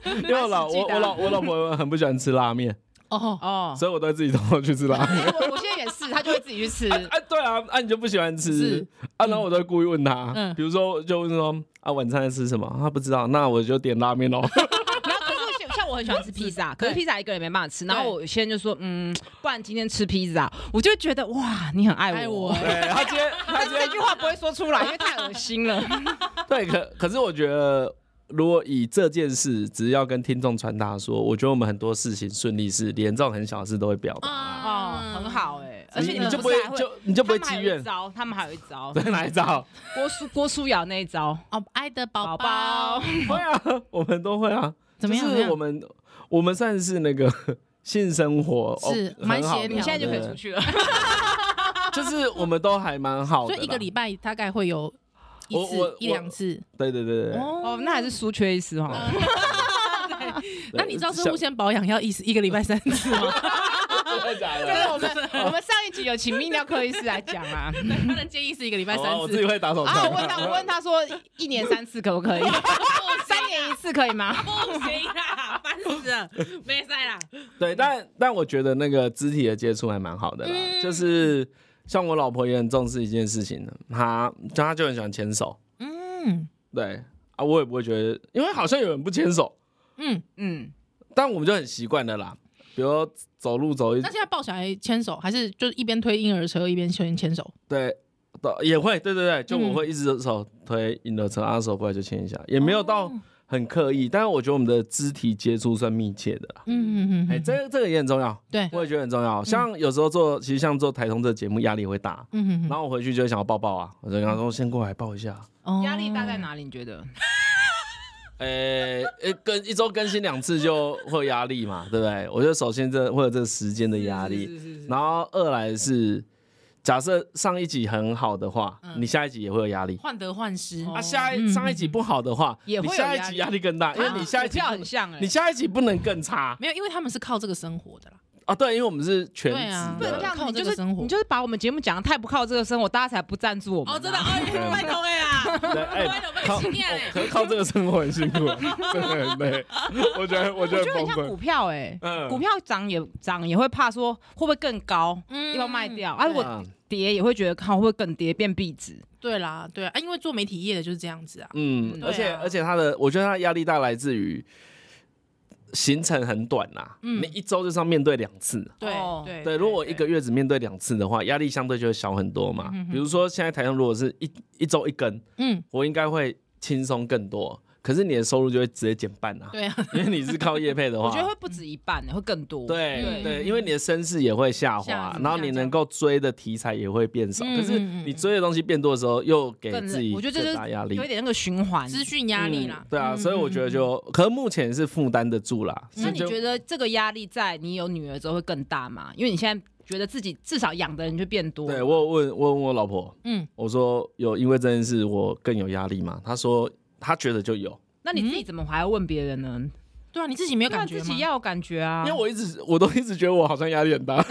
Speaker 3: 因为我老我我老我老婆很不喜欢吃拉面，
Speaker 1: 哦，
Speaker 2: 啊哦，
Speaker 3: 所以我都会自己偷偷去吃拉面。
Speaker 2: 哎我我现在也是，他就会自己 去吃。
Speaker 3: 啊，对啊，啊你就不喜欢吃
Speaker 1: 是
Speaker 3: 啊，然后我都会故意问他，
Speaker 1: 嗯
Speaker 3: 比如说就问说啊晚餐吃什么，他、不知道，那我就点拉 面喽。
Speaker 2: 然后可是我喜像我很喜欢吃披萨，可是
Speaker 1: 对
Speaker 2: 披萨一个人没办法吃。然后
Speaker 1: 对
Speaker 2: 我先就说，嗯，不然今天吃披萨，我就觉得哇，你很爱我。
Speaker 1: 爱我
Speaker 3: 对，他哎今 天他
Speaker 2: 但
Speaker 3: 今
Speaker 2: 这
Speaker 3: 天
Speaker 2: 句话不会说出来，因为太恶 心了。
Speaker 3: 对，可可是我觉得，如果以这件事，只要跟听众传达说，我觉得我们很多事情顺利是连这种很小的事都会表达啊，
Speaker 1: 嗯
Speaker 2: 哦，很好哎、而且
Speaker 3: 你
Speaker 1: 们
Speaker 3: 就
Speaker 2: 就
Speaker 3: 不
Speaker 2: 是
Speaker 3: 会
Speaker 2: 还会，
Speaker 3: 就你就
Speaker 2: 他
Speaker 3: 不会
Speaker 2: 们还
Speaker 3: 积
Speaker 2: 有
Speaker 3: 怨
Speaker 2: 一。招，他们还有一招，
Speaker 3: 对，哪一 招？
Speaker 2: 郭书郭书瑶那一招，
Speaker 1: 哦，爱的宝
Speaker 2: 宝宝
Speaker 1: 宝，
Speaker 3: 会啊，我们都会啊。
Speaker 1: 怎么样？
Speaker 3: 就
Speaker 1: 怎么
Speaker 3: 是
Speaker 1: 样
Speaker 3: 我们我们算是那个 性生活
Speaker 1: 是
Speaker 3: 哦
Speaker 1: 蛮
Speaker 3: 很好的
Speaker 1: 协
Speaker 2: 你
Speaker 1: 调
Speaker 2: 现在就可以
Speaker 3: 对
Speaker 2: 出去了。
Speaker 3: 就是我们都还蛮好的
Speaker 1: 所
Speaker 3: 啦。
Speaker 1: 以一个礼拜大概会有一
Speaker 3: 我
Speaker 1: 次
Speaker 3: 我
Speaker 1: 一两次。
Speaker 3: 对对对对对，
Speaker 2: 哦，那还是书缺一丝哈。
Speaker 1: 嗯那你知道
Speaker 3: 是
Speaker 1: 生物线保养要一次一个礼拜三次 吗？
Speaker 3: 真的假
Speaker 2: 这个
Speaker 3: 的？
Speaker 2: 我们我们上一集有请泌尿科医师来讲啊，
Speaker 1: 他的建议是一个礼拜
Speaker 3: 好啊
Speaker 1: 三
Speaker 3: 我自己
Speaker 1: 次。
Speaker 3: 会打手
Speaker 2: 啊，
Speaker 3: 枪。
Speaker 2: 我问他，我问他说一年三次可不可以？三年一次可以吗？
Speaker 1: 啊 不行啦，烦死了，没赛啦。
Speaker 3: 对，但但我觉得那个肢体的接触还蛮好的啦，
Speaker 1: 嗯
Speaker 3: 就是像我老婆也很重视一件事情，她就她就很喜欢牵手，
Speaker 1: 嗯
Speaker 3: 对啊，我也不会觉得，因为好像有人不牵手，
Speaker 1: 嗯，
Speaker 2: 嗯，
Speaker 3: 但我们就很习惯的啦，比如走路走一
Speaker 1: 那现在抱小孩牵手，还是就一边推婴儿车一边牵牵手？
Speaker 3: 对。到也会，对对对，就
Speaker 1: 嗯
Speaker 3: 我会一只手推婴儿车，啊手过来就牵一下，也没有到
Speaker 1: 哦
Speaker 3: 很刻意，但是我觉得我们的肢体接触算密切的啦，
Speaker 1: 嗯嗯嗯
Speaker 3: 哎、
Speaker 1: 嗯，
Speaker 3: 这这个也很重要，
Speaker 1: 对，
Speaker 3: 我也觉得很重要。
Speaker 2: 嗯
Speaker 3: 像有时候做，其实像做台通这个节目压力会大，
Speaker 1: 嗯嗯
Speaker 3: 然后我回去就会想要抱抱啊，我就跟他说先过来抱一下。
Speaker 1: 嗯，
Speaker 2: 压力大在
Speaker 1: 哦？
Speaker 2: 哪里？你觉得？
Speaker 3: 呃、
Speaker 2: 嗯
Speaker 3: 呃，更一周更新两次就会有压力嘛，对不对？我觉得首先这会有这个时间的压力，
Speaker 2: 是是是是
Speaker 3: 然后二来是，假设上一集很好的话，
Speaker 2: 嗯
Speaker 3: 你下一集也会有压力。
Speaker 1: 患得患失。
Speaker 2: 哦
Speaker 3: 啊，下
Speaker 1: 嗯
Speaker 3: 一上一集不好的话，
Speaker 2: 也会
Speaker 3: 你
Speaker 2: 有
Speaker 3: 下
Speaker 2: 压
Speaker 3: 一
Speaker 2: 力
Speaker 3: 集压力更
Speaker 1: 啊
Speaker 3: 大，因为你下一集
Speaker 2: 票很像哎，
Speaker 3: 你下一集不能更差
Speaker 1: 没有，因为他们是靠这个生活的啦。
Speaker 3: 啊。对，因为我们是全
Speaker 1: 对啊
Speaker 3: 职
Speaker 2: 不能这
Speaker 3: 的，
Speaker 2: 样子，
Speaker 1: 靠
Speaker 2: 你
Speaker 1: 这
Speaker 2: 就
Speaker 1: 个
Speaker 2: 是
Speaker 1: 生活
Speaker 2: 你就是把我们节目讲的太不靠这个生活，大家才不赞助我们啊。
Speaker 1: 哦，拜托哎
Speaker 2: 啊
Speaker 1: 呀，
Speaker 3: 对，哎
Speaker 1: 歪了被
Speaker 3: 靠
Speaker 1: 欺骗
Speaker 3: 哦
Speaker 1: 欸
Speaker 3: 可是靠这个生活很辛苦， 真的 很累。我觉得，我觉
Speaker 2: 我
Speaker 3: 得
Speaker 2: 觉得
Speaker 3: 很
Speaker 2: 很像
Speaker 3: 崩
Speaker 2: 股
Speaker 3: 溃。
Speaker 2: 票哎，
Speaker 3: 嗯
Speaker 2: 股票涨也涨也会怕说会不会更高，
Speaker 1: 嗯
Speaker 2: 要不要卖掉？啊，
Speaker 1: 对
Speaker 2: 我
Speaker 3: 嗯
Speaker 2: 跌也会觉得看会不会更跌变壁纸。
Speaker 1: 对啦，对啊，因为做媒体业的就是这样子啊。
Speaker 3: 嗯，
Speaker 1: 对啊
Speaker 3: 而且而且他的，我觉得他的压力大来自于行程很短啦，
Speaker 1: 嗯
Speaker 3: 你一周就是要面对两次。
Speaker 1: 对
Speaker 2: 哦
Speaker 1: 对
Speaker 3: 对，如果我一个月只面对两次的话，压力相对就会小很多嘛
Speaker 1: 嗯哼。哼
Speaker 3: 比如说现在台上如果是一一周一根，
Speaker 1: 嗯，
Speaker 3: 我应该会轻松更多，可是你的收入就会直接减半啊，
Speaker 1: 对啊，
Speaker 3: 因为你是靠业配的
Speaker 2: 我
Speaker 3: 话
Speaker 2: 觉。得会不止一半，欸会更多。
Speaker 3: 对啊
Speaker 1: 嗯
Speaker 3: 对，因为你的身世也会下
Speaker 1: 下
Speaker 3: 滑，然后你能够追的题材也会变少。
Speaker 1: 嗯
Speaker 3: 可是
Speaker 1: 嗯嗯
Speaker 3: 你追的东西变多的时候，又给
Speaker 2: 更
Speaker 3: 自己
Speaker 2: 我觉得这
Speaker 3: 更
Speaker 2: 就
Speaker 3: 大压
Speaker 2: 是
Speaker 3: 力
Speaker 2: 有一。点那个循环。
Speaker 1: 资讯压力啦
Speaker 3: 嗯。对啊，所以我觉得就，可能目前是负担得住啦。
Speaker 2: 嗯
Speaker 3: 所
Speaker 2: 那
Speaker 3: 以
Speaker 2: 你
Speaker 3: 就
Speaker 2: 觉得这个压力在你有女儿之后会更大吗？因为你现在觉得自己至少养的人就变多。
Speaker 3: 对我有问我问我老婆，
Speaker 1: 嗯，
Speaker 3: 我说有因为这件事我更有压力吗？她说她觉得就有，
Speaker 2: 那你自己怎么还要问别人呢？
Speaker 1: 对啊，你自己没有
Speaker 2: 那
Speaker 1: 感觉
Speaker 2: 自
Speaker 1: 吗？
Speaker 2: 己要有感觉啊。
Speaker 3: 因为我一直我都一直觉得我好像压力 很大。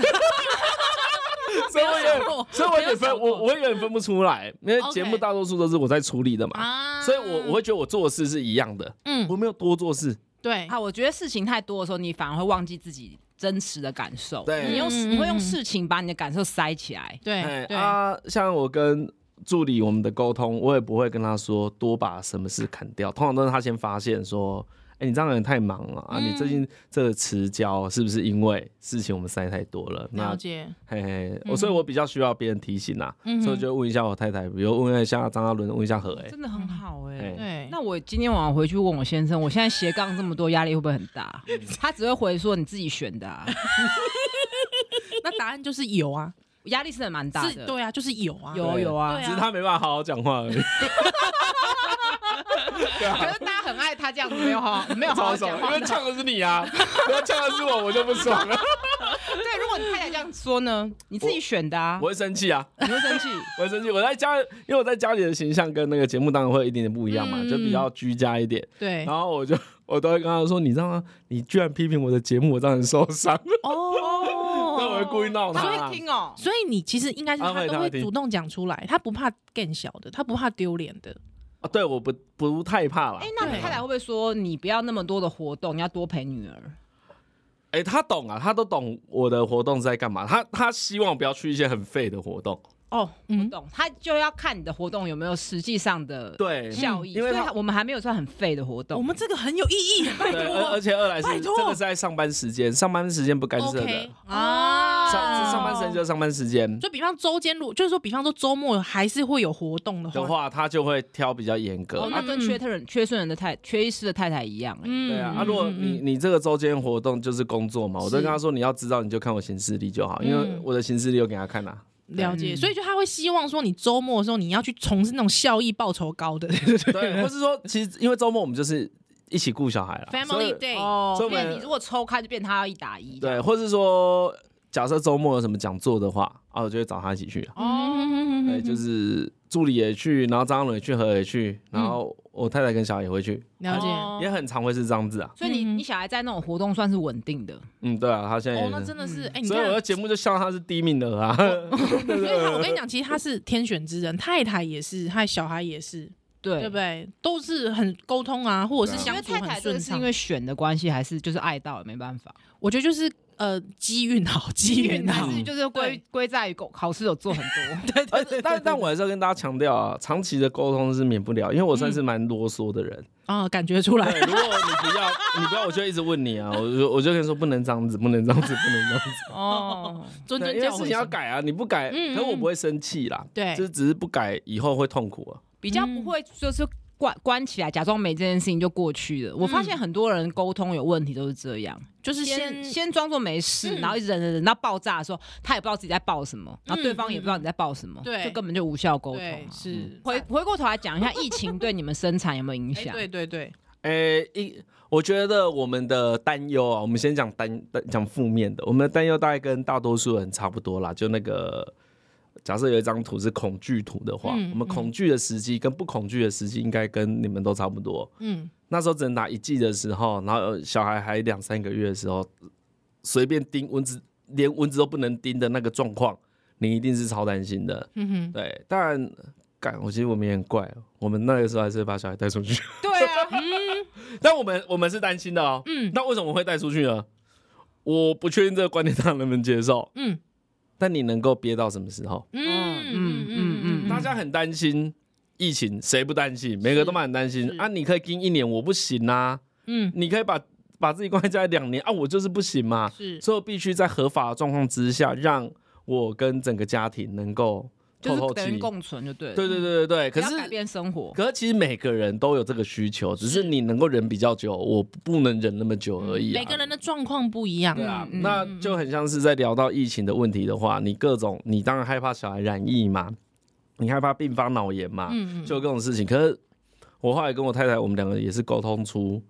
Speaker 3: 所以我也
Speaker 1: 没有想过，
Speaker 3: 所以我有
Speaker 1: 没有
Speaker 3: 点
Speaker 1: 想
Speaker 3: 分，
Speaker 1: 过
Speaker 3: 我我有点分不出来，因为
Speaker 1: OK
Speaker 3: 节目大多数都是我在处理的嘛，
Speaker 1: 啊
Speaker 3: 所以我我会觉得我做的事是一样的，
Speaker 1: 嗯
Speaker 3: 我没有多做事。
Speaker 1: 对
Speaker 2: 啊，我觉得事情太多的时候，你反而会忘记自己真实的感受。
Speaker 3: 对
Speaker 2: 你用
Speaker 1: 嗯嗯
Speaker 2: 你会用
Speaker 1: 嗯
Speaker 2: 事情把你的感受塞起来。
Speaker 1: 对
Speaker 3: 哎
Speaker 1: 对，
Speaker 3: 啊，像我跟助理我们的沟通，我也不会跟他说多把什么事砍掉，通常都是他先发现说。哎、你这样人太忙了啊！你最近
Speaker 1: 嗯
Speaker 3: 这个迟交是不是因为事情我们塞太多了？那
Speaker 1: 了解。
Speaker 3: 嘿嘿，我、所
Speaker 2: 嗯
Speaker 3: 以我比较需要别人提醒啦，
Speaker 1: 嗯哼
Speaker 3: 所以我就问一下我太太，比如问一下张嘉伦，问一下何哎、
Speaker 2: 真的很好哎、
Speaker 3: 哎
Speaker 1: 对，
Speaker 2: 那我今天晚上回去问我先生，我现在斜杠这么多，压力会不会很大？
Speaker 3: 嗯
Speaker 2: 他只会回说你自己选 的、啊，
Speaker 1: 那答案就是有啊，
Speaker 2: 压力是很蛮大
Speaker 1: 是
Speaker 2: 的。
Speaker 1: 对啊，就是有啊，
Speaker 2: 有
Speaker 3: 对
Speaker 2: 有啊
Speaker 1: 对，
Speaker 3: 只是他没办法好好讲话 而已。
Speaker 1: 啊
Speaker 2: 可是大家很爱他这样子，没有好没有好
Speaker 3: 超
Speaker 2: 好
Speaker 3: 爽
Speaker 2: 讲话
Speaker 3: 因。为呛的是你啊， 不要呛的是我，我就不爽了，
Speaker 2: 对，如果你太太这样说呢，你自己选的啊
Speaker 3: 我，会生气啊。
Speaker 2: 你会生气。
Speaker 3: 我生气，我在家，因为我在家里的形象跟那个节目当然会有一点点不一样嘛，
Speaker 1: 嗯
Speaker 3: 就比较居家一点。
Speaker 1: 对
Speaker 3: 然后我就我都会跟他说，你知道吗？你居然批评我的节目，我让人受伤，
Speaker 1: 哦，
Speaker 3: 那、我会故意闹他、
Speaker 2: 他
Speaker 3: 啊
Speaker 2: 会。听哦，
Speaker 1: 所以你其实应该是
Speaker 3: 安
Speaker 1: 他
Speaker 3: 慰
Speaker 1: 都
Speaker 3: 啊他
Speaker 1: 会
Speaker 3: 听
Speaker 1: 主动讲出来，他不怕更小的，他不怕丢脸的。
Speaker 3: 啊对，我不不太怕啦。
Speaker 2: 哎、那你太太会不会说你不要那么多的活动，你要多陪女儿？
Speaker 3: 哎、他懂啊，他都懂我的活动是在干嘛。他他希望我不要去一些很废的活动。
Speaker 2: 哦，
Speaker 1: 嗯
Speaker 2: 我懂，他就要看你的活动有没有实际上的
Speaker 3: 对，
Speaker 2: 效益，
Speaker 3: 因为
Speaker 2: 所以
Speaker 3: 他
Speaker 2: 嗯他我们还没有算很废的活
Speaker 1: 我
Speaker 2: 动。
Speaker 1: 们这个很有意义，拜
Speaker 3: 对，而而
Speaker 1: 托。
Speaker 3: 且二来是
Speaker 1: 拜
Speaker 3: 这
Speaker 1: 托
Speaker 3: 个是在上班时间，上班时间不干涉的。
Speaker 1: OK
Speaker 2: 啊
Speaker 3: 上这上班时间就是上班时间
Speaker 1: 就比方周间如，就是说，比方说周末还是会有活动的
Speaker 3: 的
Speaker 1: 话，
Speaker 3: 话，他就会挑比较严格。
Speaker 2: 哦，
Speaker 3: 啊
Speaker 2: 那跟缺特人、缺顺人的太缺医师的太太一样、欸，
Speaker 1: 嗯，
Speaker 3: 对啊，
Speaker 1: 嗯
Speaker 3: 啊，如果
Speaker 1: 嗯
Speaker 3: 你
Speaker 1: 嗯
Speaker 3: 你这个周间活动就是工作嘛，我就是跟他说你要知道，你就看我行事历就好，因为
Speaker 1: 嗯
Speaker 3: 我的行事历有给他看啊 啦、
Speaker 1: 了解，
Speaker 2: 嗯
Speaker 1: 所以就他会希望说，你周末的时候你要去从事那种效益报酬高的， 对对
Speaker 3: 对，或是说，其实因为周末我们就是一起顾小孩啦
Speaker 1: Family
Speaker 3: 所以
Speaker 1: Day，
Speaker 2: 哦
Speaker 3: 所以我
Speaker 2: 变
Speaker 3: 们
Speaker 2: 你如果抽开就变他要一打一，
Speaker 3: 对，或是说假设周末有什么讲座的话，啊，我就会找他一起去啊。
Speaker 1: 嗯
Speaker 2: 哦，
Speaker 3: 对，就是助理也去，然后张伦也去，何也去，然后我太太跟小孩也会去，
Speaker 1: 了解。
Speaker 2: 哦
Speaker 3: 也很常会是这样子啊。
Speaker 2: 所以你
Speaker 1: 嗯
Speaker 2: 你小孩在那种活动算是稳定的，
Speaker 3: 嗯，对啊，他现在
Speaker 1: 哦，
Speaker 3: 也
Speaker 1: 那
Speaker 3: 是。
Speaker 1: 真的是，哎、你
Speaker 3: 所以
Speaker 1: 看哦
Speaker 3: 我，的节目就呃笑他是低命的啊，
Speaker 1: 所以他，我跟你讲，其实他是天选之人，太太也是，还有小孩也是，对
Speaker 2: 对
Speaker 1: 不。对？都是很沟通啊，或者是
Speaker 3: 对啊
Speaker 2: 因为
Speaker 1: 相处
Speaker 2: 太太
Speaker 1: 很
Speaker 2: 这
Speaker 1: 顺
Speaker 2: 个是因
Speaker 1: 畅。
Speaker 2: 为选的关系，还是就是爱到也没办法，
Speaker 1: 我觉得就是呃，机运好，机运好
Speaker 2: 还。是就是归
Speaker 1: 对
Speaker 2: 归在于考考试有做很多， 对
Speaker 3: 而且但但我还是要跟大家强调啊，长期的沟通是免不了，因为我
Speaker 1: 嗯
Speaker 3: 算是蛮啰嗦的 人。
Speaker 1: 啊、感觉出来
Speaker 3: 对，如果你不要，你不要，我就一直问你啊，我就我就跟你说不能这样子，不能这样子，不能这样子。
Speaker 2: 哦，
Speaker 1: 尊
Speaker 3: 对，
Speaker 1: 尊
Speaker 3: 因为
Speaker 1: 教
Speaker 3: 事
Speaker 1: 诲。
Speaker 3: 情要改啊，你不改，
Speaker 1: 嗯
Speaker 3: 可我不会生气啦，
Speaker 1: 对
Speaker 3: 就是只是不改以后会痛苦啊。
Speaker 2: 比较不
Speaker 1: 嗯
Speaker 2: 会就是关关起来，假装没这件事情就过去了。我发现很多人沟通有问题都是这样，
Speaker 1: 就是
Speaker 2: 先
Speaker 1: 嗯先
Speaker 2: 先装作没事，
Speaker 1: 嗯
Speaker 2: 然后一直忍忍忍到爆炸的时候，他也不知道自己在爆什么，然
Speaker 1: 嗯
Speaker 2: 后对方也不知道你在爆什么，
Speaker 1: 对
Speaker 2: 就根本就无效沟通
Speaker 1: 对
Speaker 2: 啊。
Speaker 3: 嗯
Speaker 1: 是
Speaker 2: 回回过头来讲 一下疫情对你们生产有没有影
Speaker 1: 哎、
Speaker 2: 响？
Speaker 1: 对对对，
Speaker 3: 诶、一我觉得我们的担忧啊，我们先讲担担讲负面的，我们的担忧大概跟大多数人差不多啦，就那个。假设有一张图是恐惧图的话，
Speaker 1: 嗯
Speaker 3: 我们恐惧的时机跟不恐惧的时机应该跟你们都差不多。
Speaker 1: 嗯，
Speaker 3: 那时候只能打一剂的时候，然后小孩还两三个月的时候，随便叮蚊子，连蚊子都不能叮的那个状况，你一定是超担心的。
Speaker 1: 嗯哼，
Speaker 3: 对，但干，我其实我们也很怪哦，我们那个时候还是会把小孩带出去，
Speaker 2: 对啊，
Speaker 3: 但我们我们是担心的哦。
Speaker 1: 嗯
Speaker 3: 那为什么会带出去呢？我不确定这个观点他能不能接受，
Speaker 1: 嗯
Speaker 3: 但你能够憋到什么时候？
Speaker 1: 嗯嗯嗯嗯，
Speaker 3: 大家很担心疫情，谁不担心？每个都蛮很担心
Speaker 1: 是
Speaker 3: 啊！你可以盯一年，我不行啊。
Speaker 1: 嗯
Speaker 3: 你可以把把自己关在家里两年啊，我就是不行嘛，
Speaker 1: 是
Speaker 3: 所以我必须在合法的状况之下，让我跟整个家庭能够
Speaker 2: 就
Speaker 3: 透透
Speaker 2: 是等于
Speaker 3: 气。
Speaker 2: 共存就对了。
Speaker 3: 对对对对对，可
Speaker 2: 不
Speaker 3: 是
Speaker 2: 要改变生活。
Speaker 3: 可是其实每个人都有这个需求，只
Speaker 1: 是
Speaker 3: 是你能够忍比较久，我不能忍那么久而已、啊。
Speaker 1: 每个人的状况不一样
Speaker 3: 对啊，
Speaker 2: 嗯嗯
Speaker 3: 那就很像是在聊到疫情的问题的话，你各种你当然害怕小孩染疫嘛，你害怕并发脑炎嘛，
Speaker 1: 嗯嗯
Speaker 3: 就有各种事情。可是我后来跟我太太，我们两个也是沟通出，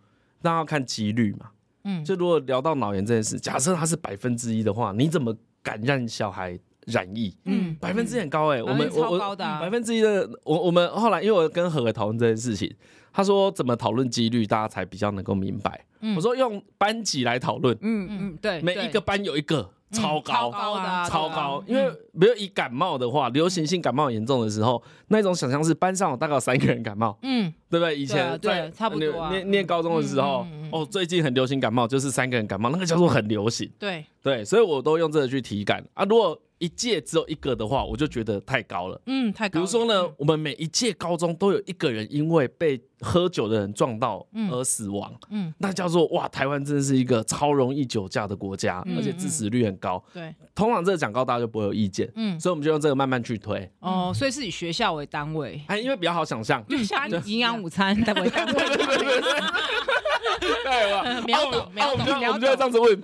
Speaker 3: 那要看几率嘛。
Speaker 1: 嗯
Speaker 3: 就如果聊到脑炎这件事，假设它是百分之一的话，你怎么敢让小孩染疫？
Speaker 1: 嗯
Speaker 3: 百分之很高哎、我
Speaker 2: 百
Speaker 3: 们
Speaker 2: 分之
Speaker 3: 我
Speaker 2: 超
Speaker 3: 我
Speaker 2: 高的啊
Speaker 3: 百分之一的，我我们后来因为我跟何何讨论这件事情，他说怎么讨论几率，大家才比较能够明白。
Speaker 1: 嗯
Speaker 3: 我说用班级来讨论，
Speaker 2: 嗯嗯，对，
Speaker 3: 每一个班有一个超高。
Speaker 2: 超高的啊
Speaker 3: 超高，因
Speaker 1: 对啊
Speaker 3: 为比如以感冒的话，流行性感冒严重的时候，那种想象是班上有大概有三个人感冒，
Speaker 1: 嗯
Speaker 3: 对不对？以前
Speaker 2: 对啊对
Speaker 3: 在呃
Speaker 2: 差不多啊
Speaker 3: 念念高中的时候
Speaker 1: 嗯嗯嗯，嗯
Speaker 3: 哦，最近很流行感冒，就是三个人感冒，那个叫做很流行。
Speaker 1: 对
Speaker 3: 对，所以我都用这个去体感啊。如果一届只有一个的话，我就觉得太高了。
Speaker 1: 嗯太
Speaker 3: 比
Speaker 1: 高，
Speaker 3: 如说呢，我们每一届高中都有一个人因为被喝酒的人撞到
Speaker 1: 嗯
Speaker 3: 而死亡，
Speaker 1: 嗯
Speaker 3: 那叫做哇，台湾真是一个超容易酒驾的国家，
Speaker 1: 嗯
Speaker 3: 而且致死率很高。
Speaker 1: 对
Speaker 3: 通常这个讲高，大家就不会有意见，
Speaker 1: 嗯
Speaker 3: 所以我们就用这个慢慢去推。
Speaker 2: 哦，所以是以学校为单位，
Speaker 3: 哎，因为比较好 想象，
Speaker 1: 嗯
Speaker 2: 就像营养午餐为单位，
Speaker 3: 对吧？啊
Speaker 1: 秒
Speaker 3: 我们
Speaker 1: 懂秒
Speaker 3: 啊我们
Speaker 1: 懂
Speaker 3: 就
Speaker 2: 秒
Speaker 3: 我们就会这样子问，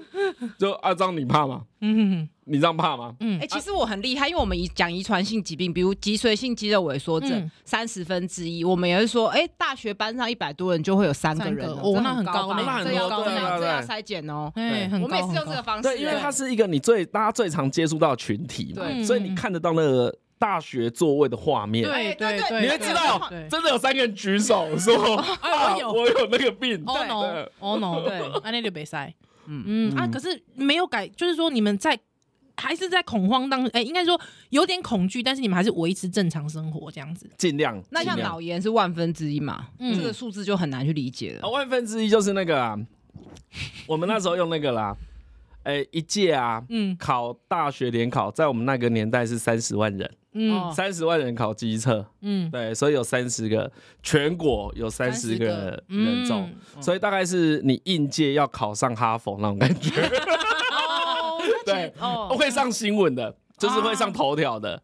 Speaker 3: 就啊，这样你怕吗？
Speaker 1: 嗯
Speaker 3: 你这样怕吗？
Speaker 1: 嗯
Speaker 2: 哎、其实我很厉害，因为我们一讲遗传性疾病，比如脊髓性肌肉萎缩症
Speaker 1: 嗯，
Speaker 2: 三十、分之一，我们也是说，哎、大学班上一百多人就会有三个人
Speaker 1: 三
Speaker 2: 哦
Speaker 1: 个哦
Speaker 2: 这
Speaker 1: 那很高
Speaker 2: 吧
Speaker 1: 那
Speaker 3: 很
Speaker 2: 这要
Speaker 3: 高
Speaker 2: 这
Speaker 3: 对啊
Speaker 2: 要这
Speaker 3: 对啊
Speaker 2: 要筛检哦。
Speaker 1: 哎很
Speaker 2: 我
Speaker 1: 高，
Speaker 2: 们也是用这个方式，
Speaker 3: 对，因
Speaker 1: 啊
Speaker 3: 为它是一个你最大家最常接触到的群体嘛，
Speaker 2: 对
Speaker 3: 所以你看得到那个大学座位的画面，
Speaker 1: 对对对，
Speaker 3: 你会知道
Speaker 1: 对哦
Speaker 3: 真的有三个人举手说啊，
Speaker 1: 我有
Speaker 3: 我有那个病，
Speaker 1: 哦 no 哦 no，
Speaker 2: 对
Speaker 1: 安内就别塞。
Speaker 2: 嗯
Speaker 1: 嗯啊，可是没有改，就是说你们在还是在恐慌当，哎、应该说有点恐惧，但是你们还是维持正常生活这样子。
Speaker 3: 尽量
Speaker 2: 那
Speaker 3: 尽
Speaker 2: 像
Speaker 3: 量
Speaker 2: 脑炎是万分之一嘛，
Speaker 1: 嗯哦
Speaker 2: 这个数字就很难去理解
Speaker 3: 啊，
Speaker 2: 了。
Speaker 3: 万分之一就是那个啊，我们那时候用那个啦，哎，一届啊。
Speaker 1: 嗯
Speaker 3: 考大学联考，在我们那个年代是三十万人，
Speaker 1: 嗯
Speaker 2: 哦
Speaker 3: 三十万人考机测，
Speaker 1: 嗯，
Speaker 3: 对，所以有三十个，全国有三十
Speaker 1: 30
Speaker 3: 个
Speaker 1: 个嗯哦
Speaker 3: 人中，所以大概是你应届要考上哈佛那种感觉。
Speaker 2: 哦，
Speaker 3: 对，
Speaker 2: 哦
Speaker 3: 啊会上新闻的，就是会上头条的，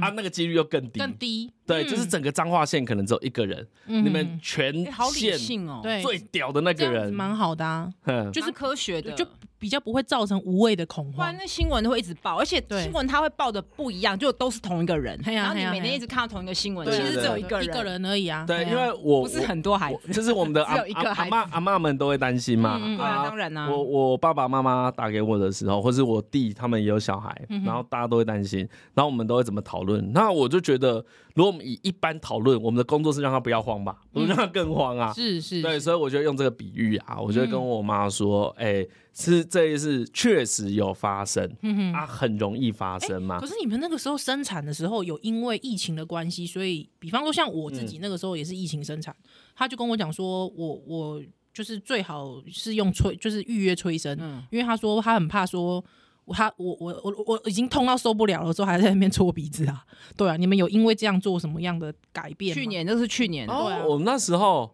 Speaker 3: 啊，那个几率又更低。
Speaker 1: 嗯更低。
Speaker 3: 对，
Speaker 1: 嗯
Speaker 3: 就是整个彰化县可能只有一个人，
Speaker 1: 嗯
Speaker 3: 你们全
Speaker 2: 哎好理
Speaker 3: 县
Speaker 2: 性哦，，
Speaker 1: 对
Speaker 3: 最屌的那
Speaker 1: 这
Speaker 3: 个
Speaker 1: 样子
Speaker 3: 人，
Speaker 1: 蛮好的啊，
Speaker 3: 哼
Speaker 1: 就是
Speaker 2: 蛮科学的，
Speaker 1: 就比较不会造成无谓的恐
Speaker 2: 不然
Speaker 1: 慌。
Speaker 2: 那新闻都会一直报，而且
Speaker 1: 对
Speaker 2: 新闻它会报的不一样，就都是同一个人，
Speaker 1: 嘿呀
Speaker 2: 然后你
Speaker 1: 嘿呀嘿
Speaker 2: 每
Speaker 1: 呀
Speaker 2: 天一直看到同一个新闻，
Speaker 3: 对
Speaker 2: 其实
Speaker 3: 对
Speaker 2: 只有
Speaker 3: 对
Speaker 2: 一个人，
Speaker 1: 一个人而已啊。
Speaker 3: 对，
Speaker 1: 啊
Speaker 3: 因为我
Speaker 2: 不是很多孩子。
Speaker 3: 我就是我们的
Speaker 2: 只
Speaker 3: 阿
Speaker 2: 有一个
Speaker 3: 阿阿
Speaker 2: 孩子
Speaker 3: 妈阿妈们都会担心嘛
Speaker 1: 嗯嗯，
Speaker 2: 对啊，当然啦、
Speaker 3: 我我爸爸妈妈打给我的时候，或是我弟他们也有小孩，
Speaker 1: 嗯哼
Speaker 3: 然后大家都会担心，然后我们都会怎么讨论？那我就觉得，如果我们以一般讨论，我们的工作是让他不要慌吧，
Speaker 2: 嗯
Speaker 3: 不是让他更慌啊。
Speaker 1: 是是，
Speaker 3: 对，
Speaker 1: 是
Speaker 3: 所以我就用这个比喻啊，
Speaker 2: 嗯
Speaker 3: 我就跟我妈说，哎、是这一次确实有发生，
Speaker 1: 嗯哼。
Speaker 3: 啊，很容易发生嘛
Speaker 1: 可。是你们那个时候生产的时候，有因为疫情的关系，所以比方说像我自己那个时候也是疫情生产，他就跟我讲说，我我就是最好是用催，就是预约催生，
Speaker 2: 嗯，
Speaker 1: 因为他说他很怕说。我他我我我我已经痛到受不了了，之后还在那边搓鼻子啊！ 对啊，你们有因为这样做什么样的改变吗？
Speaker 2: 去年哎就是去年，
Speaker 1: 对啊
Speaker 3: 哦，我那时候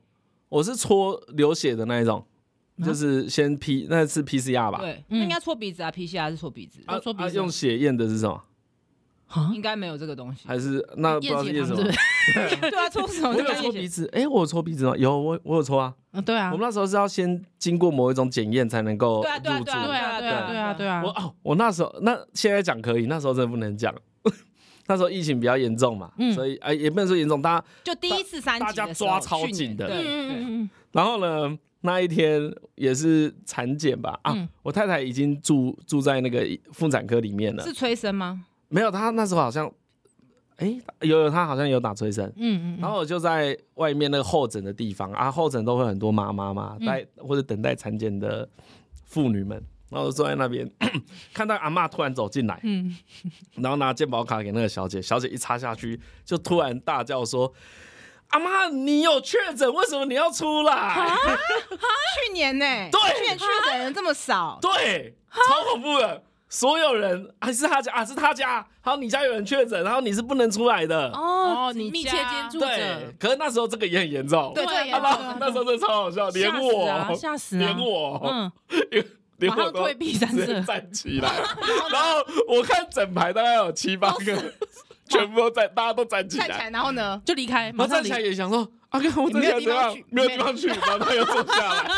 Speaker 3: 我是搓流血的那一种，
Speaker 1: 啊
Speaker 3: 就是先 P 那次 PCR 吧，
Speaker 2: 对，
Speaker 1: 嗯
Speaker 2: 那应该搓鼻子啊，PCR 是搓鼻子，
Speaker 3: 啊
Speaker 1: 搓鼻
Speaker 3: 啊
Speaker 1: 子
Speaker 3: 用血验的是什么？
Speaker 1: 啊，
Speaker 2: 应该没有这个东西。
Speaker 3: 还是那不知道是
Speaker 1: 液啊血
Speaker 3: 验什
Speaker 1: 糖
Speaker 3: 么
Speaker 1: 是不？是？
Speaker 2: 对啊，搓什
Speaker 3: 哎我
Speaker 2: 么？
Speaker 3: 有抽鼻子，哎、我有抽鼻子吗？有，我我有抽啊。
Speaker 1: 嗯， 对啊，
Speaker 3: 我们那时候是要先经过某一种检验才能够入
Speaker 2: 对啊对啊
Speaker 3: 住。
Speaker 2: 啊
Speaker 1: 对啊，对啊，对啊，对
Speaker 3: 我
Speaker 1: 啊，
Speaker 3: 哦，我那时候那现在讲可以，那时候真的不能讲。 那时候疫情比较严重嘛，
Speaker 1: 嗯
Speaker 3: 所以哎、也不能说严重，大家。
Speaker 2: 就第一次三级的时候
Speaker 3: 大家抓超紧的
Speaker 2: 去
Speaker 1: 嗯嗯
Speaker 2: 年对对，
Speaker 1: 嗯嗯
Speaker 3: 然后呢，那一天也是产检吧啊，
Speaker 1: 嗯
Speaker 3: 我太太已经住住在那个妇产科里面了
Speaker 2: 是。催生吗？
Speaker 3: 没有，她那时候好像，哎、有有，她好像有打催生。
Speaker 1: 嗯嗯，
Speaker 3: 然后我就在外面那个候诊的地方啊，候诊都会很多妈妈嘛，
Speaker 1: 嗯
Speaker 3: 待或者等待产检的妇女们，然后我就坐在那边， 看到阿嬷突然走进来，
Speaker 1: 嗯，
Speaker 3: 然后拿健保卡给那个小姐，小姐一插下去，就突然大叫说：“阿妈，你有确诊，为什么你要出来
Speaker 2: 去年呢、
Speaker 3: 对
Speaker 2: 去年确诊人这么？”少，
Speaker 3: 对，超恐怖的。所有人还、啊、是他家啊，是他家，然后你家有人确诊，然后你是不能出来的。
Speaker 1: 哦，
Speaker 2: 你
Speaker 1: 密切
Speaker 2: 家
Speaker 1: 接触
Speaker 3: 对
Speaker 1: 者，，
Speaker 3: 可是那时候这个也很严重。
Speaker 2: 对
Speaker 1: 对
Speaker 2: 这
Speaker 3: 阿
Speaker 2: 个
Speaker 1: 啊
Speaker 3: 妈那时候真的超好笑，连
Speaker 1: 吓死
Speaker 3: 我、
Speaker 1: 啊，吓
Speaker 3: 连
Speaker 1: 死啊，
Speaker 3: 我，
Speaker 1: 嗯，
Speaker 3: 连
Speaker 1: 马
Speaker 3: 我
Speaker 1: 上
Speaker 3: 都
Speaker 1: 退避三
Speaker 3: 直接
Speaker 1: 舍，
Speaker 3: 站 起来。然后我看整排大概有七八个，全部都站，大家都站起
Speaker 2: 站起来
Speaker 3: 来。
Speaker 2: 然后呢？
Speaker 1: 就离开，
Speaker 3: 然
Speaker 1: 马
Speaker 3: 后
Speaker 1: 上
Speaker 3: 站
Speaker 1: 离
Speaker 3: 起来，也想说，啊，看我站起来怎样，没
Speaker 2: 没有地
Speaker 3: 有地方
Speaker 2: 方
Speaker 3: 去，然后他又坐下来，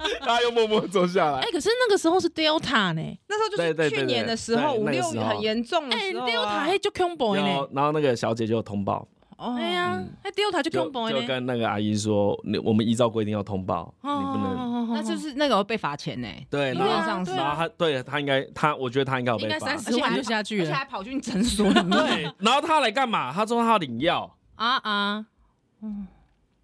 Speaker 3: 大家又默默地坐下来
Speaker 1: 哎，。可是那个时候是 Delta 呢，
Speaker 2: 那时候就
Speaker 3: 对对
Speaker 2: 是
Speaker 3: 对
Speaker 2: 去年的时
Speaker 3: 对
Speaker 2: 候，
Speaker 3: 对
Speaker 2: 五
Speaker 3: 那个
Speaker 2: 六
Speaker 3: 时
Speaker 2: 月
Speaker 3: 候
Speaker 2: 很严重的
Speaker 1: 哎
Speaker 2: 时候、
Speaker 1: ，Delta
Speaker 2: 啊。
Speaker 1: 还就 combo
Speaker 3: 然
Speaker 1: 呢
Speaker 3: 后，，然后那个小姐就有通报，
Speaker 2: 哦
Speaker 1: 哎呀，哎 Delta 就
Speaker 3: 就
Speaker 1: combo
Speaker 3: 就
Speaker 1: 呢，
Speaker 3: 跟那个阿姨说，你我们依照规定要通报，你不能。
Speaker 1: 哦，
Speaker 2: 那就是那个会被罚钱呢、
Speaker 3: 对，然
Speaker 1: 对
Speaker 3: 后
Speaker 1: 啊
Speaker 2: 上司
Speaker 1: 对
Speaker 3: 然后
Speaker 1: 啊
Speaker 3: 她对她应该，她我觉得她应该有
Speaker 1: 应
Speaker 3: 被
Speaker 1: 该
Speaker 3: 罚
Speaker 1: 三。十万就下去
Speaker 2: 而且
Speaker 1: 了
Speaker 2: 还跑去诊所里 面
Speaker 3: 对，然后她来干嘛？她说她要领药。
Speaker 1: 啊啊，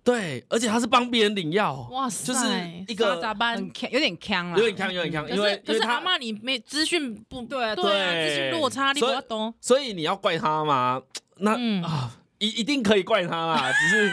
Speaker 3: 对，而且他是帮别人领药，
Speaker 1: 哇塞，
Speaker 3: 就是一个
Speaker 1: 咋办
Speaker 2: 很？呛有点呛啦，
Speaker 3: 有点呛，有啊点呛，
Speaker 1: 可
Speaker 3: 因为
Speaker 1: 是
Speaker 3: 因
Speaker 1: 可
Speaker 3: 为
Speaker 1: 是
Speaker 3: 他
Speaker 1: 阿，妈你没资讯不
Speaker 2: 对啊
Speaker 1: 对啊，
Speaker 3: 对
Speaker 1: 资讯落差你不
Speaker 3: 所以
Speaker 1: 要懂，
Speaker 3: 所以你要怪他吗？那
Speaker 1: 嗯
Speaker 3: 啊，一一定可以怪他啦，只是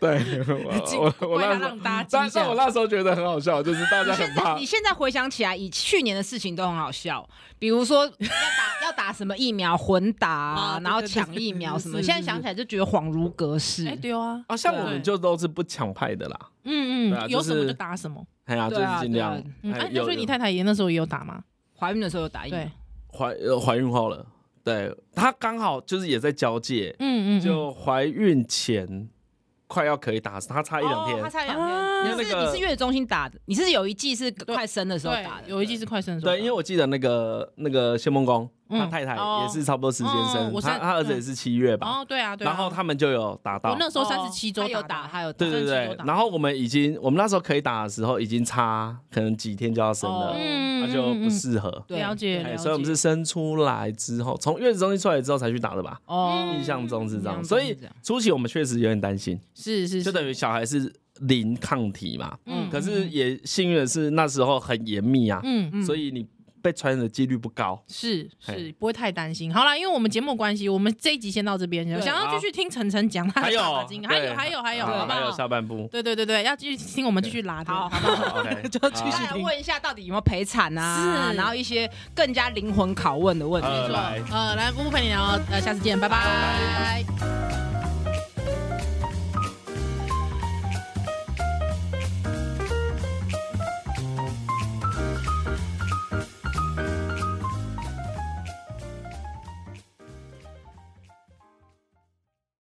Speaker 3: 对我我我
Speaker 1: 怪他
Speaker 3: 那时候
Speaker 1: 让，大家
Speaker 3: 但
Speaker 1: 惊吓
Speaker 3: 但我那时候觉得很好笑，就是 大家很
Speaker 2: 现在
Speaker 3: 怕
Speaker 2: 你，现在回想起来，以去年的事情都很好笑，比如说要打要打什么疫苗混打
Speaker 1: 啊
Speaker 2: 啊，
Speaker 1: 对
Speaker 2: 然后
Speaker 1: 对对
Speaker 2: 抢疫苗什么，现在
Speaker 1: 是
Speaker 2: 想起来就觉得恍如隔世
Speaker 1: 哎。对啊，
Speaker 3: 啊，像我
Speaker 1: 对
Speaker 3: 们就都是不抢派的啦，
Speaker 1: 嗯
Speaker 3: 对啊
Speaker 1: 嗯，有
Speaker 3: 就是
Speaker 1: 什么就打什么，
Speaker 3: 哎呀，就
Speaker 2: 对啊
Speaker 3: 是尽量
Speaker 2: 对啊。
Speaker 1: 嗯，
Speaker 3: 哎
Speaker 1: 哎，那所以你太太也那时候也有打吗？
Speaker 2: 怀孕的哎时候有打疫苗
Speaker 1: 对，，
Speaker 3: 怀呃怀孕后了，对她刚好就是也在交界，
Speaker 1: 嗯嗯，嗯
Speaker 3: 就怀孕前快要可以打，她差一两
Speaker 2: 哦
Speaker 3: 天
Speaker 2: 他。差一两
Speaker 1: 啊
Speaker 2: 天。
Speaker 3: 因为
Speaker 2: 你是
Speaker 3: 那个
Speaker 2: 你是月子中心打的，你是有一季是快生的时候
Speaker 1: 对
Speaker 2: 打，的，
Speaker 1: 有一季是快生的时候打，
Speaker 3: 对，因为我记得那个那个谢梦公，
Speaker 1: 嗯
Speaker 3: 他太太也是差不多时间
Speaker 1: 哦
Speaker 3: 生，
Speaker 1: 我
Speaker 3: 他
Speaker 1: 三
Speaker 3: 他儿子也是七月吧，
Speaker 1: 哦，对啊，对啊。
Speaker 3: 然后他们就有打到
Speaker 1: 我，那时候三十七周
Speaker 2: 哦他有
Speaker 1: 的嗯
Speaker 2: 打，他有打
Speaker 3: 对对
Speaker 1: 37
Speaker 3: 对
Speaker 1: 周，打
Speaker 3: 然后我们已经我们那时候可以打的时候已经差可能几天就要生了
Speaker 2: 哦，
Speaker 1: 嗯，
Speaker 3: 那
Speaker 1: 嗯
Speaker 3: 就
Speaker 1: 嗯
Speaker 3: 不适合，
Speaker 2: 对
Speaker 1: 了解，
Speaker 3: 哎
Speaker 1: 了解。
Speaker 3: 所以我们是生出来之后，从月子中心出来之后才去打的吧，
Speaker 2: 哦
Speaker 1: 嗯
Speaker 3: 印象中是这样，
Speaker 2: 嗯
Speaker 3: 所以
Speaker 2: 这样
Speaker 3: 初期我们确实有点担心，
Speaker 1: 是是，
Speaker 3: 就是等于小孩是零抗体嘛，
Speaker 1: 嗯
Speaker 3: 可是也幸运的是那时候很严密啊，
Speaker 1: 嗯，
Speaker 3: 所以你被传染的几率不高。
Speaker 1: 是是
Speaker 3: 嘿，
Speaker 1: 不会太担心。好啦，因为我们节目关系，我们这一集先到这边。
Speaker 2: 对
Speaker 1: 想要继续听晨晨讲他
Speaker 3: 还
Speaker 1: 的
Speaker 3: 有
Speaker 1: 爸爸经，还有
Speaker 3: 对
Speaker 1: 还有还有，
Speaker 3: 啊
Speaker 1: 好不
Speaker 3: 还有
Speaker 1: 好？
Speaker 3: 下半部。
Speaker 1: 对对对对，要继续听我们继续拉的。
Speaker 2: 好，好 吧。
Speaker 3: 好 OK，
Speaker 1: 就继续
Speaker 2: 再
Speaker 3: 好
Speaker 2: 来问一下，到底有没有赔偿啊？
Speaker 1: 是
Speaker 2: 然后一些更加灵魂拷问的问题。
Speaker 3: 呃
Speaker 1: 没错
Speaker 3: 来
Speaker 1: 哦呃，来，木木陪你聊，呃，下次见，拜拜